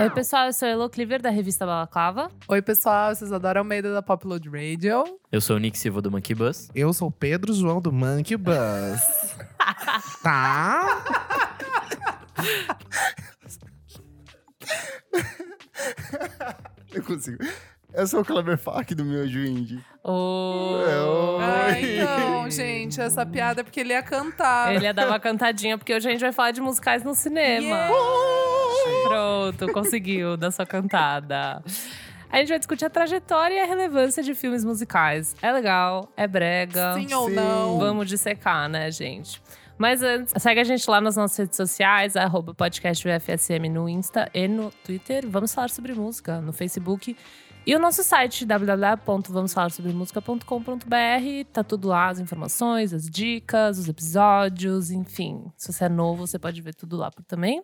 Oi, pessoal, eu sou a Elo Cleaver, da revista Balaclava. Oi, pessoal, vocês adoram o meio da Popload Radio. Eu sou o Nick Silva do Monkey Bus. Eu sou o Pedro João do Monkey Bus. tá? Eu consigo. Eu sou o Kleber Fak do meu Indie. Ô, Ah, então, gente, essa piada é porque ele ia cantar. Ele ia dar uma cantadinha, porque hoje a gente vai falar de musicais no cinema. Yeah. Pronto, conseguiu da sua cantada. A gente vai discutir a trajetória e a relevância de filmes musicais. É legal, é brega. Sim ou Sim. não? Vamos dissecar, né, gente? Mas antes, segue a gente lá nas nossas redes sociais, arroba podcast VFSM no Insta e no Twitter. Vamos falar sobre música no Facebook. E o nosso site, www.vamosfalarsobremusica.com.br. Tá tudo lá, as informações, as dicas, os episódios, enfim. Se você é novo, você pode ver tudo lá por também.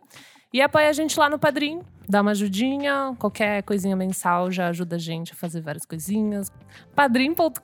E apoia a gente lá no Padrim, dá uma ajudinha. Qualquer coisinha mensal já ajuda a gente a fazer várias coisinhas padrim.com.br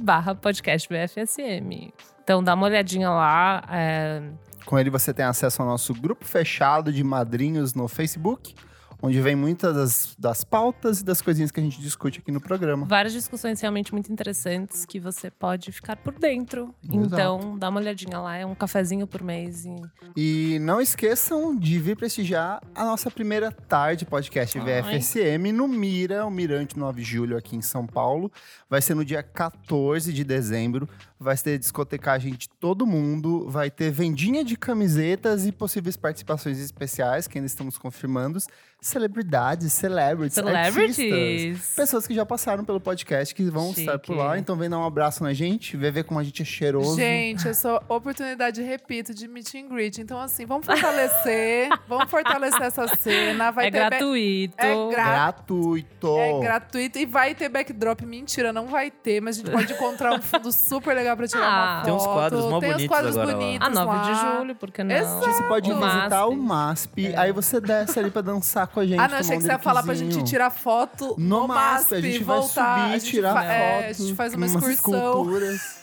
barra podcast BFSM. Então dá uma olhadinha lá. é, Com ele você tem acesso ao nosso grupo fechado de madrinhos no Facebook, onde vem muitas das, das pautas e das coisinhas que a gente discute aqui no programa. várias discussões realmente muito interessantes que você pode ficar por dentro. Então dá uma olhadinha lá, é um cafezinho por mês. E... E não esqueçam de vir prestigiar a nossa primeira tarde podcast Ai. VFSM no Mira, o Mirante 9 de Julho aqui em São Paulo. Vai ser no dia 14 de dezembro. Vai ter discotecagem de todo mundo. Vai ter vendinha de camisetas e possíveis participações especiais, que ainda estamos confirmando. Celebridades, celebrities, artistas. Celebrities! Pessoas que já passaram pelo podcast, que vão estar por Chique. lá. Então vem dar um abraço na gente, vê ver como a gente é cheiroso. Gente, essa oportunidade, repito, de meet and greet. Então, assim, vamos fortalecer. vamos fortalecer essa cena. Vai é ter ba- gratuito. É gra- Gratuito. É gratuito e vai ter backdrop. Mentira, não vai ter, mas a gente pode encontrar um fundo super legal pra tirar uma Ah. foto. Tem uns quadros mó Tem uns bonitos quadros agora lá. bonitos a 9 de lá. julho, porque não? Exato. Você pode O visitar MASP. o MASP, aí você desce ali pra dançar com a gente. Ah, não, achei tomar um que você ia falar pra drinkzinho. gente tirar foto No no MASP, a gente vai voltar, subir, a gente tirar fa- foto. É, a gente faz uma umas excursão. esculturas.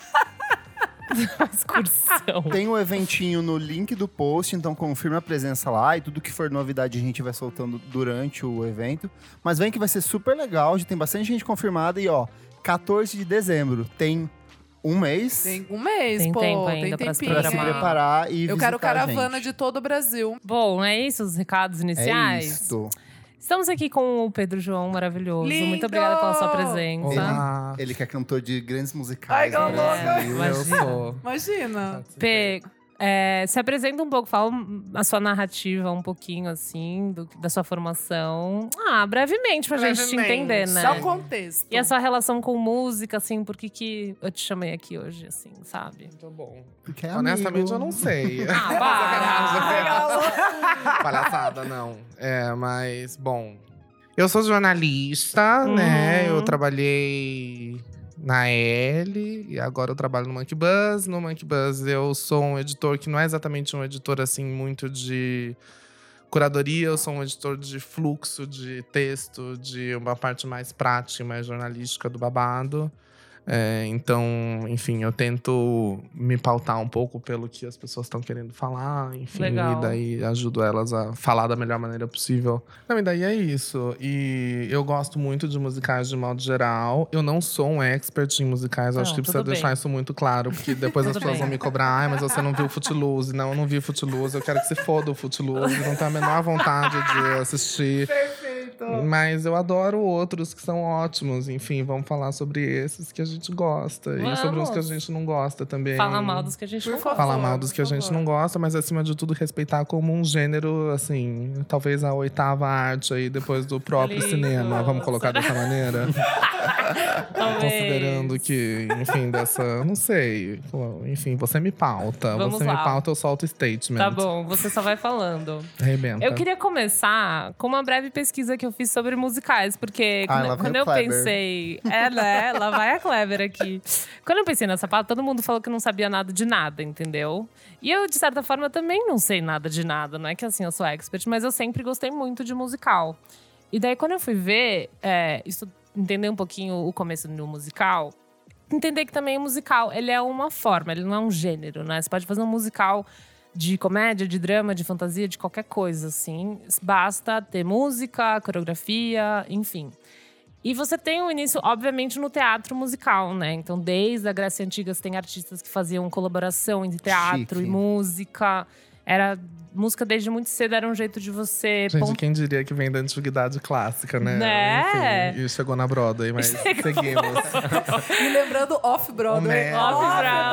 Excursão. Tem um eventinho no link do post, então confirma a presença lá. E tudo que for novidade a gente vai soltando durante o evento. Mas vem que vai ser super legal, já tem bastante gente confirmada. E ó, 14 de dezembro, tem um mês Tem um mês, Tem pô. tempo tem ainda pra se tempinho. pra se programar. preparar e Eu quero visitar a caravana gente. de todo o Brasil. Bom, é isso os recados É iniciais. isto. Estamos aqui com o Pedro João maravilhoso. Lindo! Muito obrigada pela sua presença. Olá. Ele que é cantor de grandes musicais. Ai, que né? louca. Eu Imagina. sou. Imagina. Pê, é, se apresenta um pouco, fala um- a sua narrativa um pouquinho, assim, do- da sua formação. Ah, brevemente, pra gente te Brevemente. entender, né? Dá um contexto. E a sua relação com música, assim, por que que eu te chamei aqui hoje, assim, sabe? Muito bom. Porque é amigo. Honestamente, eu não sei. Ah, Palhaçada, não. É, mas, bom. Eu sou jornalista, né? Uhum. Eu trabalhei na L e agora eu trabalho no Monkey Buzz. No Monkey Buzz eu sou um editor que não é exatamente um editor assim muito de curadoria, eu sou um editor de fluxo de texto, de uma parte mais prática, mais jornalística do babado. É, então, enfim, eu tento me pautar um pouco pelo que as pessoas estão querendo falar, enfim, Legal. e daí ajudo elas a falar da melhor maneira possível. Não, e daí é isso. E eu gosto muito de musicais de modo geral. Eu não sou um expert em musicais, eu acho Não, que precisa tudo bem. deixar isso muito claro, porque depois as Tudo pessoas bem. vão me cobrar, ai, mas você não viu Footloose. Não, eu não vi Footloose, eu quero que se foda o Footloose, não tenho a menor vontade de assistir. Perfeito. Mas eu adoro outros que são ótimos. Enfim, vamos falar sobre esses que a gente gosta. E sobre os que a Vamos. gente não gosta também. Fala mal dos que a gente Por não favor. gosta. Falar mal dos que a por gente favor. não gosta, mas acima de tudo respeitar como um gênero, assim, talvez a oitava arte aí depois do próprio Lindo. cinema, vamos colocar dessa maneira. Talvez. É Considerando que, enfim, dessa. Não sei. Enfim, você me pauta. Vamos você lá. me pauta, eu solto statement. Tá bom, você só vai falando. Arrebenta. Eu queria começar com uma breve pesquisa que eu fiz sobre musicais, porque Ah, quando- lá quando, vem o eu Kleber. pensei. É, né? Lá vai a Clever aqui. Quando eu pensei nessa pauta, todo mundo falou que eu não sabia nada de nada, entendeu? E eu, de certa forma, também não sei nada de nada. Não é que assim eu sou expert, mas eu sempre gostei muito de musical. E daí, quando eu fui ver, é, isso, entender um pouquinho o começo do musical, entender que também o musical, ele é uma forma, ele não é um gênero, né? Você pode fazer um musical de comédia, de drama, de fantasia, de qualquer coisa, assim. Basta ter música, coreografia, enfim. E você tem o início, obviamente, no teatro musical, né? Então, desde a Grécia Antiga, você tem artistas que faziam colaboração entre teatro Chique. e música. Era música desde muito cedo, era um jeito de você Gente, pon- quem diria que vem da antiguidade clássica, né? Né? Enfim, e chegou na Broadway, mas seguimos. E lembrando Off-Broadway. Né?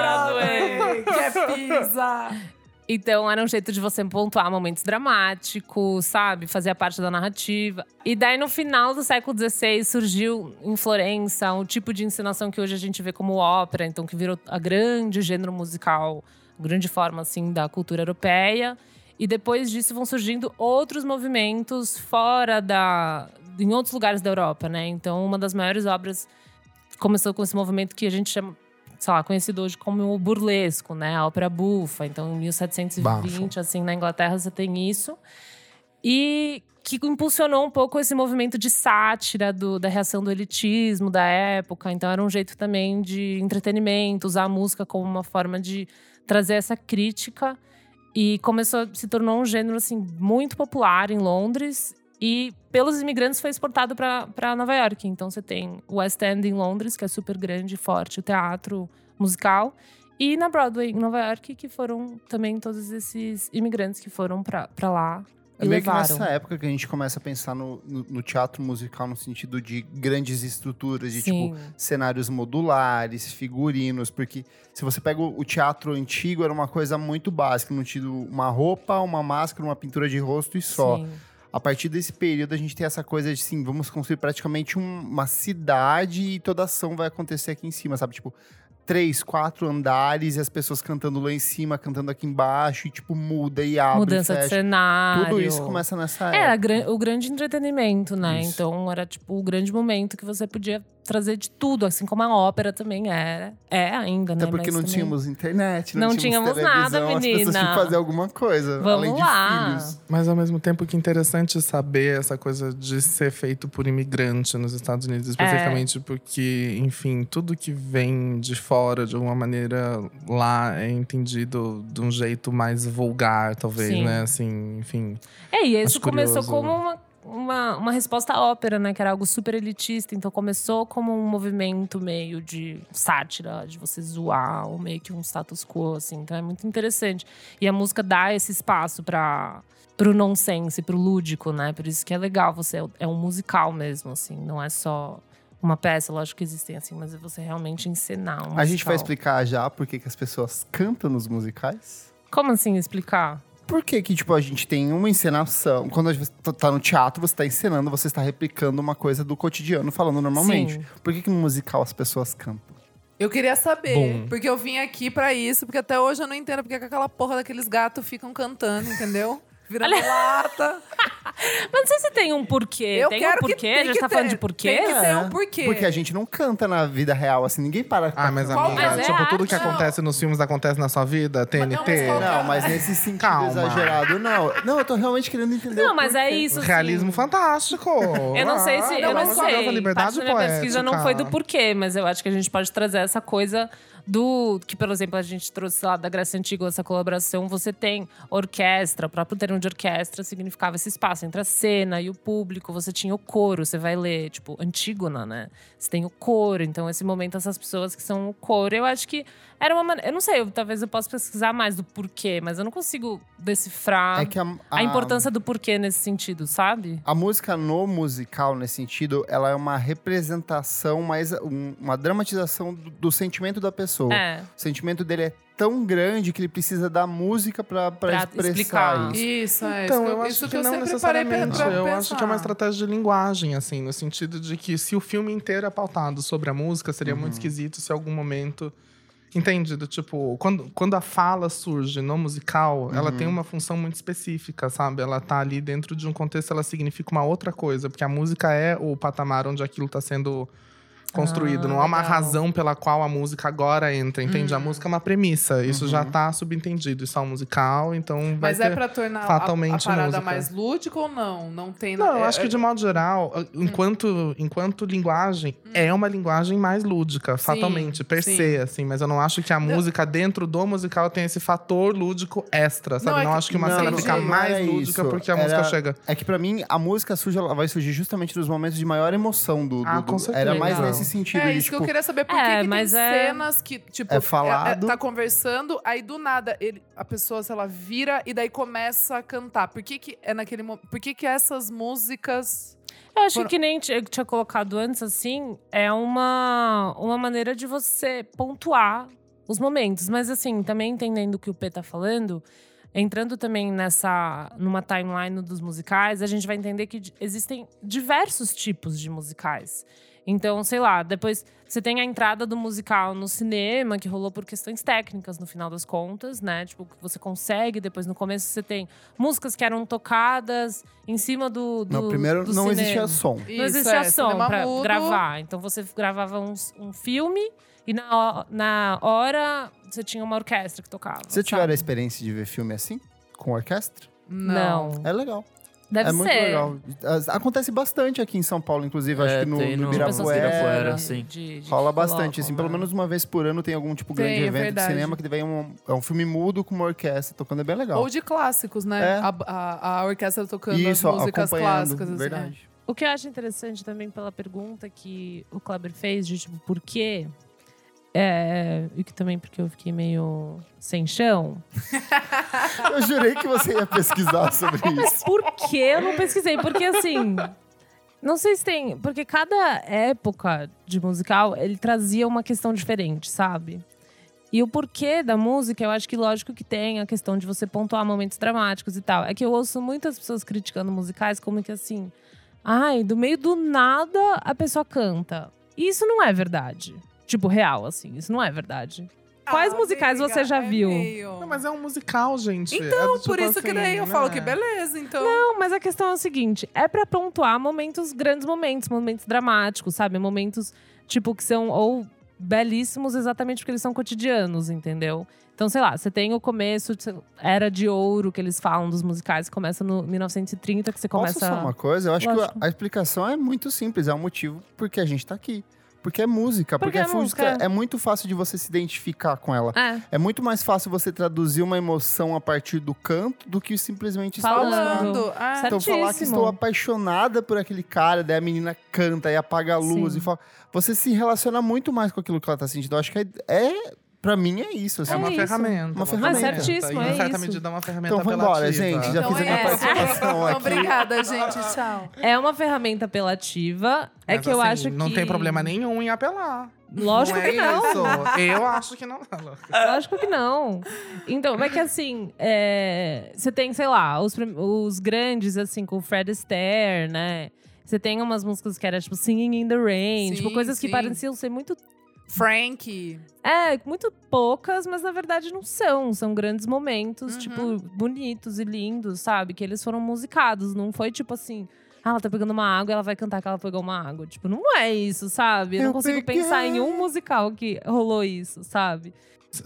Off-Broadway. Que é pizza. Então, era um jeito de você pontuar momentos dramáticos, sabe? Fazia parte da narrativa. E daí, no final do século XVI, surgiu em Florença um tipo de encenação que hoje a gente vê como ópera, então, que virou a grande gênero musical, grande forma, assim, da cultura europeia. E depois disso vão surgindo outros movimentos fora da. em outros lugares da Europa, né? Então, uma das maiores obras começou com esse movimento que a gente chama sei lá, conhecido hoje como o burlesco, né? A ópera bufa. Então, em 1720, Bafo. assim, na Inglaterra você tem isso. E que impulsionou um pouco esse movimento de sátira, do- da reação do elitismo da época. Então, era um jeito também de entretenimento, usar a música como uma forma de trazer essa crítica. E começou, se tornou um gênero, assim, muito popular em Londres. E pelos imigrantes foi exportado para Nova York. Então você tem o West End em Londres, que é super grande e forte, o teatro musical. E na Broadway, em Nova York, que foram também todos esses imigrantes que foram para lá É e meio levaram. que nessa época que a gente começa a pensar no, no- no teatro musical no sentido de grandes estruturas, de Sim, tipo cenários modulares, figurinos, porque se você pega o o teatro antigo era uma coisa muito básica, no sentido uma roupa, uma máscara, uma pintura de rosto e só. sim. A partir desse período a gente tem essa coisa de assim, vamos construir praticamente um- uma cidade e toda ação vai acontecer aqui em cima, sabe? Tipo, três, quatro andares e as pessoas cantando lá em cima, cantando aqui embaixo e tipo muda e abre, Mudança e de fecha. cenário. É, Tudo isso começa nessa Era época. gran- o grande entretenimento, né? Isso. Então era tipo o grande momento que você podia trazer de tudo, assim como a ópera também era. É ainda, né? Até porque Mas não também- tínhamos internet, não, Não tínhamos, tínhamos nada, televisão, As pessoas tinham menina. que fazer alguma coisa, Vamos além lá. de filhos. Mas ao mesmo tempo que interessante saber essa coisa de ser feito por imigrante nos Estados Unidos, É. especificamente porque, enfim, tudo que vem de fora, de alguma maneira, lá é entendido de um jeito mais vulgar, talvez, Sim. né? Assim, enfim. É, e isso Acho começou curioso. como né? uma, uma, uma resposta à ópera, né? Que era algo super elitista. Então começou como um movimento meio de sátira, de você zoar, ou meio que um status quo, assim. Então é muito interessante. E a música dá esse espaço para pro nonsense, pro lúdico, né? Por isso que é legal, você é- é um musical mesmo, assim. Não é só uma peça, lógico que existem, assim. Mas é você realmente encenar um A gente musical. vai explicar já por que, que as pessoas cantam nos musicais? Como assim explicar? Por que que, tipo, a gente tem uma encenação... Quando você tá- tá no teatro, você tá encenando, você está replicando uma coisa do cotidiano, falando normalmente. Sim. Por que que no musical as pessoas cantam? Eu queria saber, Bom. porque eu vim aqui pra isso, porque até hoje eu não entendo porque é que aquela porra daqueles gatos ficam cantando, entendeu? Virando lata. Mas não sei se tem um porquê. Eu tem quero um que- porquê? tem Já que tá ter- falando de porquê? tem que ter É. um porquê. Porque a gente não canta na vida real, assim, ninguém para... pra Ah, mas Qual- amiga, mas é tipo, tudo arte, que não. acontece nos filmes acontece na sua vida, TNT. mas qual- é Não, mas nesse sentido Calma. exagerado, não. Não, eu tô realmente querendo entender Não, o mas porquê. é isso. assim. Realismo fantástico! Eu não sei Ah, se. eu pelo não amor de Deus, a sei. Parte liberdade da minha pesquisa não foi do poética. porquê, mas eu acho que a gente pode trazer essa coisa do. Que, por exemplo, a gente trouxe lá da Grécia Antiga essa colaboração. Você tem orquestra, o próprio termo de orquestra significava esse espaço entre a cena e o público. Você tinha o coro, você vai ler, tipo, Antígona, né? Você tem o coro. Então, esse momento, essas pessoas que são o coro, eu acho que era uma maneira. Eu não sei, eu- talvez eu possa pesquisar mais do porquê, mas eu não consigo decifrar. É que a, A importância do porquê nesse sentido, sabe? A música no musical, nesse sentido, ela é uma representação, mais um- uma dramatização do, do sentimento da pessoa. É. O sentimento dele é tão grande que ele precisa da música pra, pra, Pra expressar explicar. isso. Isso, é Então, isso. eu que acho isso que, que eu não sempre parei pra, necessariamente. pra eu pensar. acho que é uma estratégia de linguagem, assim, no sentido de que se o filme inteiro é pautado sobre a música, seria muito esquisito se em algum momento. Entende? Do tipo, quando, quando a fala surge no musical, ela tem uma função muito específica, sabe? Ela tá ali dentro de um contexto, ela significa uma outra coisa, porque a música é o patamar onde aquilo tá sendo construído. Ah, não há uma legal. razão pela qual a música agora entra, entende? A Uhum. música é uma premissa. Isso já Uhum. tá subentendido. Isso é um musical, então vai Mas ter... é pra tornar a- a, fatalmente parada música. mais lúdica ou não? Não tem Não, eu é- acho que de modo geral, ah, enquanto, enquanto linguagem, é uma linguagem mais lúdica, fatalmente, per sim. se, assim. Mas eu não acho que a música dentro do musical tem esse fator lúdico extra, sabe? Não, Não, é que- acho que uma não, cena não, fica não mais é lúdica isso. porque a Era- música chega. É que pra mim, a música surge, ela vai surgir justamente nos momentos de maior emoção do. do- Ah, do- com certeza. era mais Legal. nesse sentido. É de, isso que eu tipo, queria saber. Por É, que, que tem mas é- cenas que, tipo, É falado. tá conversando, aí do nada ele, a pessoa, sei lá, vira e daí começa a cantar. Por que, que é naquele momento? Por que, que essas músicas. Eu acho Foram- que nem tinha, tinha colocado antes, assim, é uma, uma maneira de você pontuar os momentos. Mas assim, também entendendo o que o P tá falando, entrando também nessa numa timeline dos musicais, a gente vai entender que di- existem diversos tipos de musicais. Então, sei lá, depois você tem a entrada do musical no cinema, que rolou por questões técnicas no final das contas, né? Tipo, que você consegue, depois no começo você tem músicas que eram tocadas em cima do. do não, primeiro do não cinema. existia som. Não Isso, existia é, som cinema pra mudo. gravar. Então você gravava uns- um, filme e na, ho- na hora você tinha uma orquestra que tocava. Você sabe? tiver a experiência de ver filme assim? Com orquestra? Não. Não. É legal. Deve é ser. muito legal. As- Acontece bastante aqui em São Paulo, inclusive. acho É, que no, tem no- no Pessoas que Ibirapuera. Ibirapuera, gostam sim. de- de- Rola que bastante, colocam, assim, pelo né? menos uma vez por ano tem algum tipo Tem, grande é evento de verdade. cinema que vem um, é um filme mudo com uma orquestra tocando, é bem legal. Ou de clássicos, né? É. A, a, a orquestra tocando Isso, as músicas acompanhando, clássicas. Assim, verdade. O que eu acho interessante também pela pergunta que o Kleber fez, de tipo, por quê? É, e que também porque eu fiquei meio sem chão. é. Eu jurei que você ia pesquisar sobre isso. Mas por que eu não pesquisei? Porque assim. Não sei se tem. Porque cada época de musical ele trazia uma questão diferente, sabe? E o porquê da música, eu acho que lógico que tem a questão de você pontuar momentos dramáticos e tal. É que eu ouço muitas pessoas criticando musicais como que assim. Ai, do meio do nada a pessoa canta. E isso não é verdade. Tipo, real, assim. Isso não é verdade. Quais Ah, musicais você já viu? Não, mas é um musical, gente. É Então, do por tipo isso que assim, daí eu né? falo que beleza, então. Não, mas a questão é o seguinte: é pra pontuar momentos, grandes momentos, momentos dramáticos, sabe? Momentos, tipo, que são ou belíssimos exatamente porque eles são cotidianos, entendeu? Então, sei lá, você tem o começo, sei lá, Era de Ouro, que eles falam dos musicais, que começa no 1930, que você Posso começa. só uma coisa? Eu acho que Lógico. a- a, explicação é muito simples. É o motivo porque a gente tá aqui. Porque é música. Porque Porque, é a música, música. é muito fácil de você se identificar com ela. É, É muito mais fácil você traduzir uma emoção a partir do canto do que simplesmente estar Falando. falando. Tá Falando. Ah, Então falar que Certíssimo. estou apaixonada por aquele cara, daí a menina canta e apaga a luz Sim. e fala. Você se relaciona muito mais com aquilo que ela tá sentindo. Eu acho que é, é para mim é isso. assim. É uma isso. ferramenta. Uma ferramenta. Mas certíssimo, E, é em certa isso. medida, é uma ferramenta Então vamos embora, apelativa. gente. Já então fiz a é minha essa. participação Então, aqui. obrigada, gente. Tchau. é uma ferramenta apelativa. É Mas, que eu assim, acho que. Não tem problema nenhum em apelar. Lógico é que não. Isso. Eu acho que não. Ah. Lógico que não. Então, mas que assim, é, você tem, sei lá, os, prim- os grandes, assim, com o Fred Astaire, né? Você tem umas músicas que era, tipo, Singing in the Rain. Sim, tipo, coisas que sim. pareciam ser muito... Frank. É, muito poucas, mas na verdade não são. São grandes momentos, Uhum. tipo, bonitos e lindos, sabe? Que eles foram musicados. Não foi, tipo, assim... Ah, ela tá pegando uma água, ela vai cantar que ela pegou uma água. Tipo, não é isso, sabe? Eu não Eu consigo peguei. pensar em um musical que rolou isso, sabe?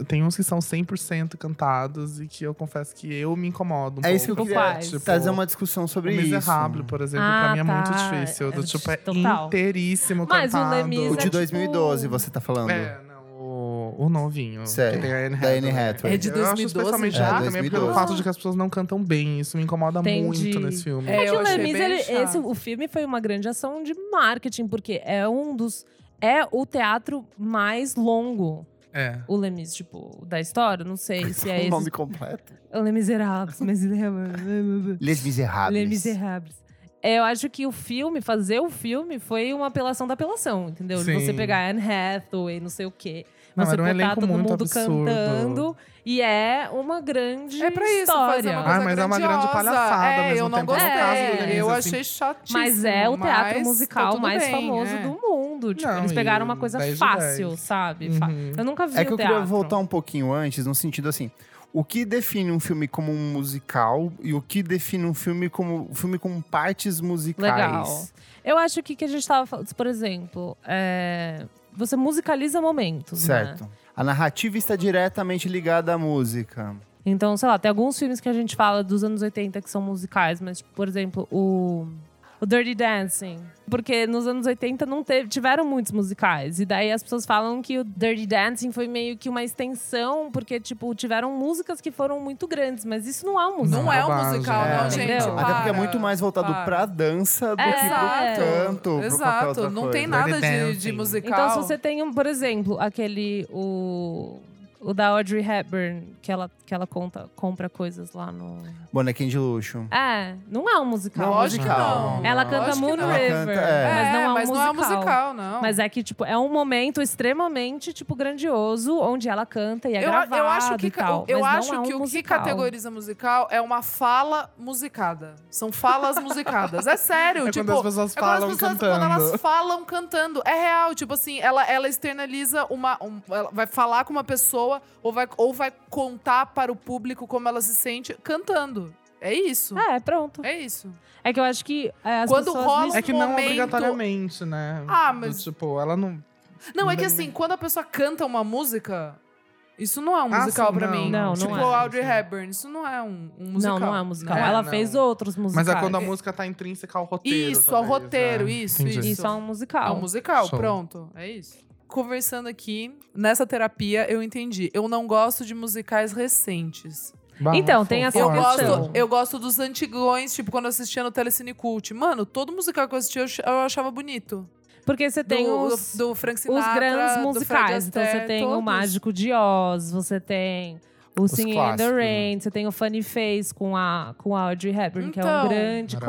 Tem uns que são 100% cantados e que eu confesso que eu me incomodo um É isso que eu pouco. Tipo, queria quais? trazer uma discussão sobre o isso. Miserable, por exemplo, Ah, pra mim é muito tá. difícil. É Do tipo, é total. inteiríssimo Mas o cantado. Les Mis O é de 2012 tipo- você tá falando. É, não, o, o novinho. Sei, Que tem a Anne da Anne Hathaway. Hathaway. É de Eu acho 2012 especialmente já? ruim É, também pelo 2012. fato de que as pessoas não cantam bem. Isso me incomoda Entendi. muito nesse filme. É, É que eu o achei Lemis, bem ele- chato. esse, o filme foi uma grande ação de marketing, porque é um dos. É o teatro mais longo, É. o Lemis, tipo, da história. Não sei se é o esse. nome completo. O Les Miserables. Les Miserables. Les Miserables. Les Miserables. É, eu acho que o filme, fazer o filme, foi uma apelação da apelação, entendeu? De você Sim. pegar Anne Hathaway, não sei o quê. Não, você era um botar elenco todo muito mundo absurdo. cantando. E é uma grande É pra isso, história. fazer uma coisa Ah, mas é uma grande grandiosa. palhaçada ao É, mesmo eu não tempo, no gostei. caso do Lemis, eu assim. achei chatíssimo. Mas é o teatro mas tá musical tudo mais bem, famoso é. do mundo. Tipo, Não, eles e pegaram uma coisa 10 de fácil, 10. sabe? Fa- Uhum. Eu nunca vi É o que eu teatro. queria voltar um pouquinho antes, no sentido assim. O que define um filme como um musical e o que define um filme como um filme com partes musicais? Legal. Eu acho que que a gente tava falando, por exemplo, é, você musicaliza momentos, né? Certo. A narrativa está diretamente ligada à música. Então, sei lá, tem alguns filmes que a gente fala dos anos 80 que são musicais, mas, tipo, por exemplo, o, o Dirty Dancing. Porque nos anos 80 não teve, tiveram muitos musicais. E daí as pessoas falam que o Dirty Dancing foi meio que uma extensão, porque, tipo, tiveram músicas que foram muito grandes, mas isso não é um musical. Não, é um bobagem, musical, é. não, gente. Entendeu? Até porque é muito mais voltado para. pra dança do É, que exato, pro canto. pro qualquer outra Exato, não coisa. tem nada Dirty de, de Dancing. musical. Então, se você tem, um, por exemplo, aquele. O, o da Audrey Hepburn, que ela, que ela conta, compra coisas lá no. Bonequinho de luxo. É, não é um musical. Lógico que musical. não. Ela Não, canta lógico que Moon não. River, Ela canta, é. mas não é um mas musical. não é um musical, não. Mas é que, tipo, é um momento extremamente, tipo, grandioso, onde ela canta e é eu, gravado eu acho que, e ca- tal. eu mas não acho é um que o que musical. categoriza musical é uma fala musicada. São falas musicadas. É sério, É tipo. quando as pessoas é quando falam as pessoas, cantando. quando elas falam cantando. É real, tipo assim, ela, ela externaliza uma. um- ela vai falar com uma pessoa ou vai, ou vai contar para o público como ela se sente cantando. É isso. É, pronto. É isso. É que eu acho que é, as Quando pessoas... rola- mis- É que não momento- obrigatoriamente, né? Ah, Do mas- Tipo, ela não. Não, é que Bem- assim, quando a pessoa canta uma música, isso não é um Ah, musical sim, pra não, mim. não, não tipo é. o Audrey Hepburn, isso não é um, um musical. Não, não é musical. É, ela não. fez outros musicais. Mas é quando a música tá intrínseca ao roteiro. Isso, ao talvez, roteiro, né? isso, Entendi. isso. Isso é um musical. É um musical, Show. pronto. É isso. Conversando aqui, nessa terapia, eu entendi. Eu não gosto de musicais recentes. Bah, Então, tem essa fofo. Eu questão. gosto, eu gosto dos antigões, tipo, quando eu assistia no Telecine Cult. Mano, todo musical que eu assistia, eu ach- eu achava bonito. Porque você tem do, os... do, do Frank os Sinatra, grandes do Fred musicais. Então você Astaire, tem o todos. Mágico de Oz, você tem o Os Singing in the né? clássicos, Rain, você tem o Funny Face com a, com a Audrey Hepburn, que é um Então. grande Maravilhoso.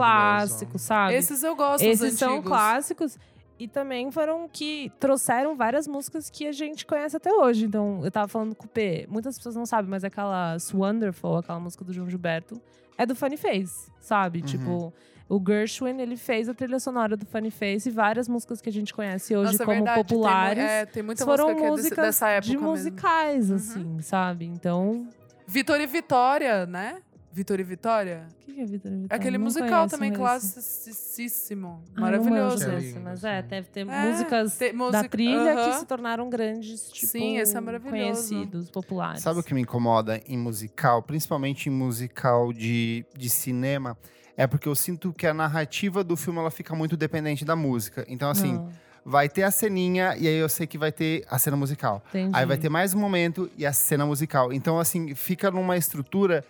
clássico, sabe? Esses eu gosto, os Esses são antigos. clássicos. E também foram que trouxeram várias músicas que a gente conhece até hoje. Então, eu tava falando com o P. Muitas pessoas não sabem, mas aquela It's Wonderful, aquela música do João Gilberto, é do Funny Face, sabe? Uhum. Tipo, o Gershwin, ele fez a trilha sonora do Funny Face e várias músicas que a gente conhece hoje Nossa, é como verdade, tem mu- populares. é, tem muita foram música que é desse- músicas dessa época de mesmo. Uhum. musicais, assim, sabe? Então, Vitor e Vitória, né? Vitor e Vitória. o que que é Vitor e Vitória? Aquele Não musical conheço também, mesmo. classicíssimo. Ah, Maravilhoso. Não É manjo lindo, desse, mas assim. é, deve ter É, músicas tem da música- trilha aham. que se tornaram grandes, tipo, Sim, esse é maravilhoso. conhecidos, populares. Sabe o que me incomoda em musical, principalmente em musical de, de cinema? É porque eu sinto que a narrativa do filme ela fica muito dependente da música. Então, assim, Ah, vai ter a ceninha e aí eu sei que vai ter a cena musical. Aí Uhum. vai ter mais um momento e a cena musical. Então, assim, fica numa estrutura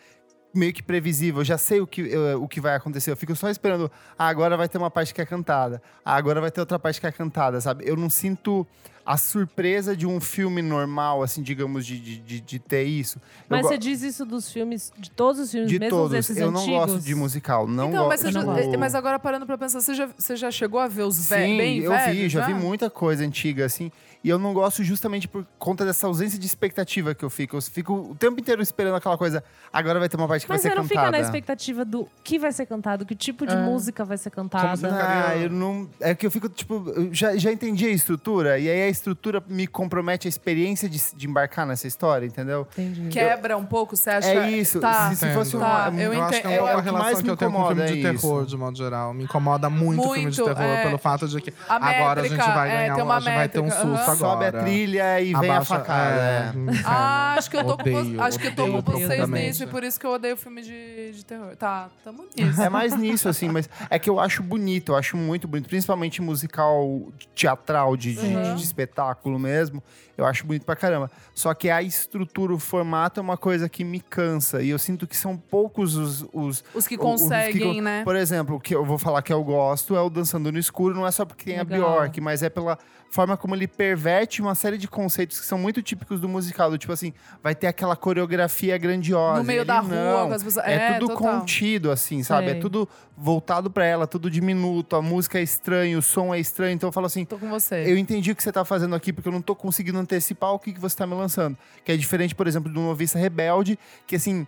meio que previsível. Eu já sei o que, eu- o que vai acontecer. Eu fico só esperando. Ah, agora vai ter uma parte que é cantada. Ah, agora vai ter outra parte que é cantada, sabe? Eu não sinto a surpresa de um filme normal, assim, digamos, de, de, de- de ter isso. Eu Mas go- você diz isso dos filmes, de todos os filmes, de mesmo todos. esses Eu não antigos? gosto de musical. Não Então, mas, gosto. você já- não tipo- mas agora parando pra pensar, você já, você já chegou a ver os ve- Sim, bem eu velhos? vi, já vi né? muita coisa antiga, assim. E eu não gosto justamente por conta dessa ausência de expectativa que eu fico. Eu fico o tempo inteiro esperando aquela coisa. Agora vai ter uma parte que Mas vai você ser não cantada. fica na expectativa do que vai ser cantado, que tipo de Ah. música vai ser você cantada. fica- Ah, eu não. É que eu fico, tipo, eu já, já entendi a estrutura, e aí a estrutura me compromete a experiência de, de embarcar nessa história, entendeu? Entendi. Quebra um pouco, você acha? é isso. Tá. se, se fosse Entendo. uma. Tá, eu Eu acho que entendo. é um Eu- pouco o que a mais relação que me eu tenho com o filme incomoda de é terror, isso. de modo geral. Me incomoda muito, o filme de Muito, terror, é. pelo fato de que A agora a gente métrica, vai é, ganhar, tem um- uma a gente vai ter um métrica, susto aham. agora. Sobe a trilha e vem Abaixa- a facada. é, é. inferno. Ah, acho que eu tô com Odeio, vo- Acho que eu tô odeio com vocês profundamente. nisso, e por isso que eu odeio filme de, de terror. Tá, tamo nisso. É mais nisso, assim, mas é que eu acho bonito, eu acho muito bonito, principalmente musical teatral, de, de- Uhum. de espetáculo mesmo. Eu acho bonito pra caramba. Só que a estrutura, o formato é uma coisa que me cansa. E eu sinto que são poucos os. os Os que o- os que conseguem, con- né? Por exemplo, o que eu vou falar que eu gosto é o Dançando no Escuro, não é só porque tem Legal. a Bjork, mas é pela forma como ele perverte uma série de conceitos que são muito típicos do musical. Do tipo assim, vai ter aquela coreografia grandiosa. No meio ele da não. rua, com as pessoas. É, tudo total. contido, assim, sabe? Sei. É tudo voltado pra ela, tudo diminuto. A música é estranha, o som é estranho. Então eu falo assim, Tô com É. você. eu entendi o que você tá fazendo aqui, porque eu não tô conseguindo antecipar o que, que você tá me lançando. Que é diferente, por exemplo, do Noviça Rebelde, que assim...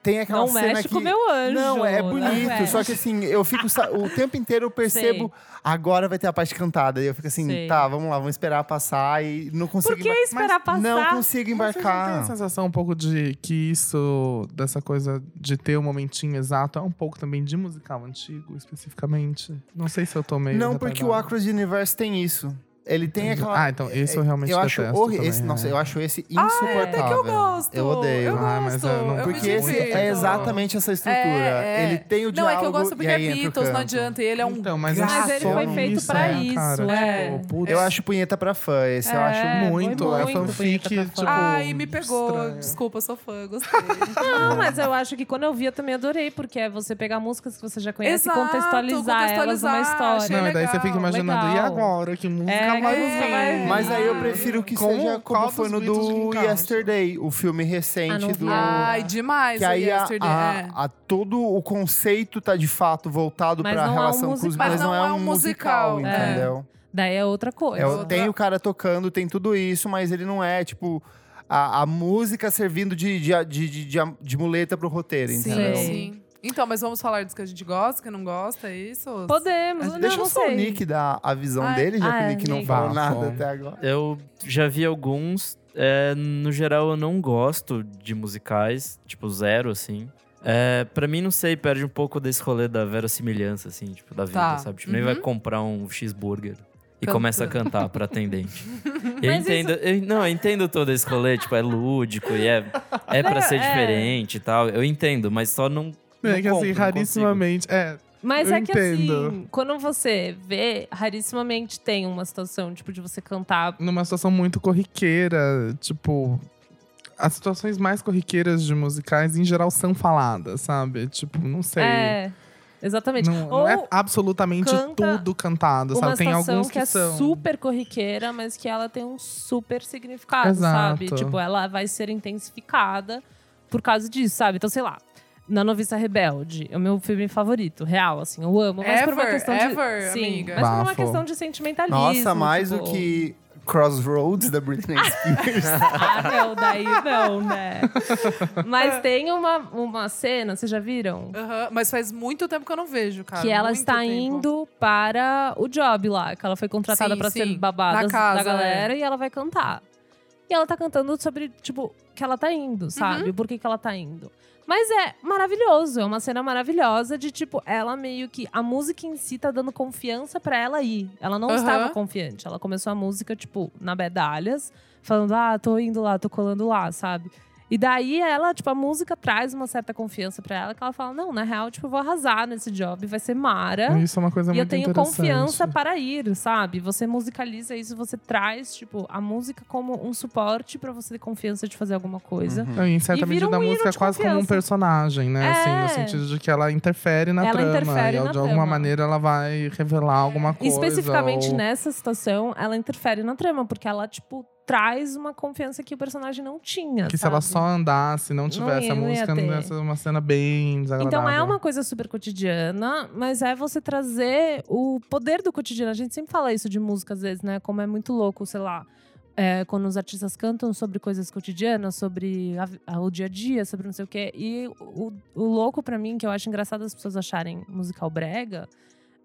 tem aquela Não cena mexe que... com o meu anjo. Não, é não bonito. mexe. Só que assim, eu fico sa- o tempo inteiro eu percebo, agora vai ter a parte cantada. E eu fico assim, Sei. tá, vamos lá, vamos esperar passar e não consigo Por que embar- esperar passar? Não consigo Tem a embarcar. sensação um pouco de que isso, dessa coisa de ter um momentinho exato, é um pouco também de musical antigo, especificamente. Não sei se eu tô meio. Não, porque o retardada. Across Universe tem isso. Ele tem aquela. é, Ah, então esse eu realmente eu acho detesto horri- também, esse, é. Nossa, eu acho esse Até que insuportável. eu gosto. Eu odeio. Eu Ah, mas gosto. eu não- eu me Porque esse divirto. é exatamente essa estrutura. É, é. Ele tem o Não, diálogo é que eu gosto porque e é aí entra o Beatles, não canto. adianta. E ele é um. Então, mas, gato. Mas ele foi só feito isso, pra né, isso, cara? é. Tipo, putz, Eu acho punheta pra fã, esse eu acho É, foi muito, é muito fanfic, bonita pra tipo, Ai, me pegou. estranho. Desculpa, sou fã, gostei. Não, mas eu acho que quando eu vi, eu também adorei, porque é você pegar músicas que você já conhece Exato, e contextualizar, elas contextualizar, numa achei história. Não, e daí legal, você fica imaginando, e legal. agora? Que música É, mais que música vem? vai vir? Mas aí eu prefiro que Como- seja qual como dos foi no Beatles que do encaixa? Yesterday, o filme Ah, recente não do. vi. Ai, demais. que o aí a, Yesterday, é. a, a- todo o conceito tá de fato voltado Mas pra não é um relação com os musical. mas não é um musical, musical, é. entendeu? Daí é outra coisa. É, outra- Tem o cara tocando, tem tudo isso, mas ele não é tipo. A, a música servindo de, de, de, de, de, de muleta pro roteiro, Sim, entendeu? Sei. sim. Então, mas vamos falar dos que a gente gosta, que não gosta, é isso? Podemos, não, Deixa não só sei. o Nick dar a visão Ai, dele, já que ah, o Nick não Nick. falou Bafo. nada até agora. Eu já vi alguns. É, no geral, eu não gosto de musicais, tipo, zero, assim. É, pra mim, não sei, perde um pouco desse rolê da verossimilhança, assim, tipo, da vida, Tá. sabe? Tipo, nem Uhum. vai comprar um cheeseburger e Cantando. começa a cantar pra atendente. eu Mas entendo, eu- não, eu entendo todo esse rolê, tipo, é lúdico e é, é pra Não, ser é. diferente e tal. Eu entendo, mas só não. não É que compro, assim, não rarissimamente. É, Mas Eu é que assim, entendo. quando você vê, rarissimamente tem uma situação, tipo, de você cantar. numa situação muito corriqueira, tipo. As situações mais corriqueiras de musicais, em geral, são faladas, sabe? Tipo, não sei. É. Exatamente. Não, não Ou é absolutamente canta tudo cantado, uma sabe? Tem situação alguns que, que, é são. super corriqueira, mas que ela tem um super significado, Exato. sabe? Tipo, ela vai ser intensificada por causa disso, sabe? Então, sei lá. Na Noviça Rebelde, é o meu filme favorito, real, assim, eu amo. Mas por uma Ever, questão ever, de. Sim, amiga. mas por uma Bafo. questão de sentimentalismo. Nossa, mais tipo- do que Crossroads da Britney Spears. Ah, não, daí não, né? É. Mas tem uma, uma cena, vocês já viram? Aham, Mas faz muito tempo que eu não vejo, cara. que ela Ah, muito está tempo. indo para o job lá, que ela foi contratada Sim, para sim. ser babada Na casa, é. da galera e ela vai cantar. E ela tá cantando sobre, tipo, que ela tá Uhum. indo, sabe? Por que, que ela tá indo. Mas é maravilhoso, é uma cena maravilhosa de, tipo, ela meio que. A música em si tá dando confiança pra ela ir. Ela não Aham. estava confiante. Ela começou a música, tipo, na medalhas, falando, ah, tô indo lá, tô colando lá, sabe? E daí ela, tipo, a música traz uma certa confiança pra ela, que ela fala: não, na real, tipo, eu vou arrasar nesse job, vai ser mara. Isso é uma coisa e eu muito tenho interessante. confiança para ir, sabe? Você musicaliza isso, você traz, tipo, a música como um suporte pra você ter confiança de fazer alguma coisa. Uhum. Não, e em certa E vira medida, um a hino música é de quase como um confiança. personagem, né? Assim, É. no sentido de que ela interfere na Ela trama. interfere e na de alguma trama. maneira ela vai revelar alguma coisa. Especificamente ou... nessa situação, ela interfere na trama, porque ela, tipo, traz uma confiança que o personagem não tinha. Que se sabe? ela só andasse, não tivesse ia- a não ia música, não ter. ia ser uma cena bem desagradável. Então é uma coisa super cotidiana, mas é você trazer o poder do cotidiano. A gente sempre fala isso de música, às vezes, né? Como é muito louco, sei lá. é, quando os artistas cantam sobre coisas cotidianas, sobre a vi- a- o dia a dia, sobre não sei o quê. E o, o louco pra mim, que eu acho engraçado as pessoas acharem musical brega,